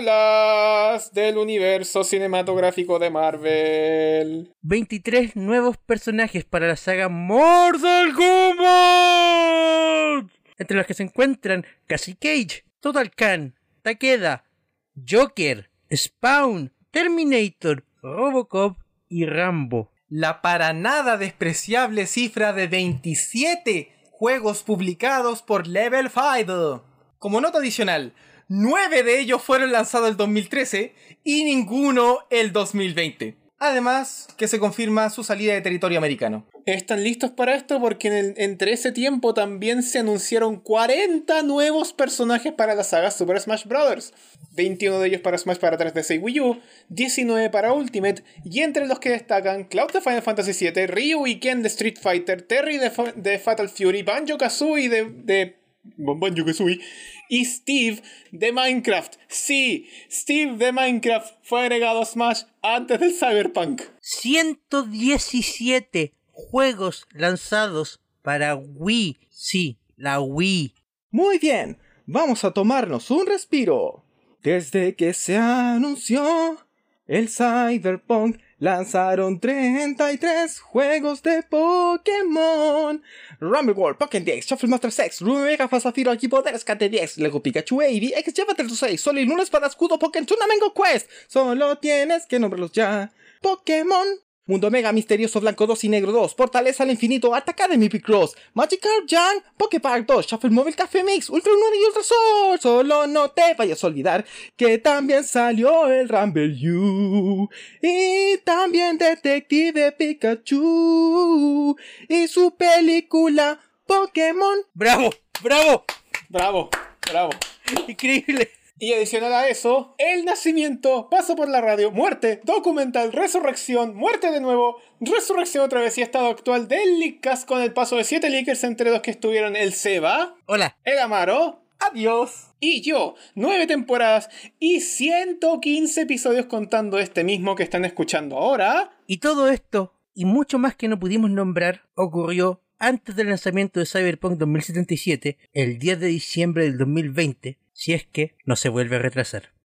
A: películas del universo cinematográfico de Marvel.
B: 23 nuevos personajes para la saga Mortal Kombat. Entre los que se encuentran Cassie Cage, Total Khan, Takeda, Joker, Spawn, Terminator, Robocop y Rambo.
C: La para nada despreciable cifra de 27 juegos publicados por Level 5. Como nota adicional, Nueve de ellos fueron lanzados el 2013 y ninguno el 2020. Además, que se confirma su salida de territorio americano.
A: Están listos para esto porque en el- entre ese tiempo también se anunciaron 40 nuevos personajes para la saga Super Smash Bros. 21 de ellos para Smash para 3DS y Wii U, 19 para Ultimate, y entre los que destacan Cloud de Final Fantasy VII, Ryu y Ken de Street Fighter, Terry de, Fa- de Fatal Fury, Banjo Kazooie de, de Banjo Kazooie y Steve de Minecraft. Sí, Steve de Minecraft fue agregado a Smash antes del Cyberpunk.
B: 117 juegos lanzados para Wii. Sí, la Wii.
C: Muy bien, vamos a tomarnos un respiro. Desde que se anunció el Cyberpunk, lanzaron 33 juegos de Pokémon. Rumble World, Pokémon DX, Shuffle Master 6, Ruby Mega Zafiro, Equipo Poderes, KT10, Lego Pikachu, AD, X, Llévate 6, Sol y Lunes para Escudo, Pokémon Tunamengo Quest. Solo tienes que nombrarlos ya. Pokémon. Mundo Mega Misterioso Blanco 2 y Negro 2, Fortaleza al Infinito, Ataca de Picross, Magikarp Jam, Poképark 2, Shuffle Mobile Café Mix, Ultra 1 y Ultra Sol. Solo no te vayas a olvidar que también salió el Rumble U y también Detective Pikachu y su película Pokémon.
B: ¡Bravo! ¡Bravo!
A: Bravo, bravo.
B: Increíble.
A: Y adicional a eso, el nacimiento, paso por la radio, muerte, documental, resurrección, muerte de nuevo, resurrección otra vez y estado actual del Leakcast con el paso de 7 leakers entre los que estuvieron el Seba,
B: Hola.
A: el Amaro
C: Adiós.
A: y yo. 9 temporadas y 115 episodios contando este mismo que están escuchando ahora.
B: Y todo esto, y mucho más que no pudimos nombrar, ocurrió antes del lanzamiento de Cyberpunk 2077, el 10 de diciembre del 2020, si es que no se vuelve a retrasar.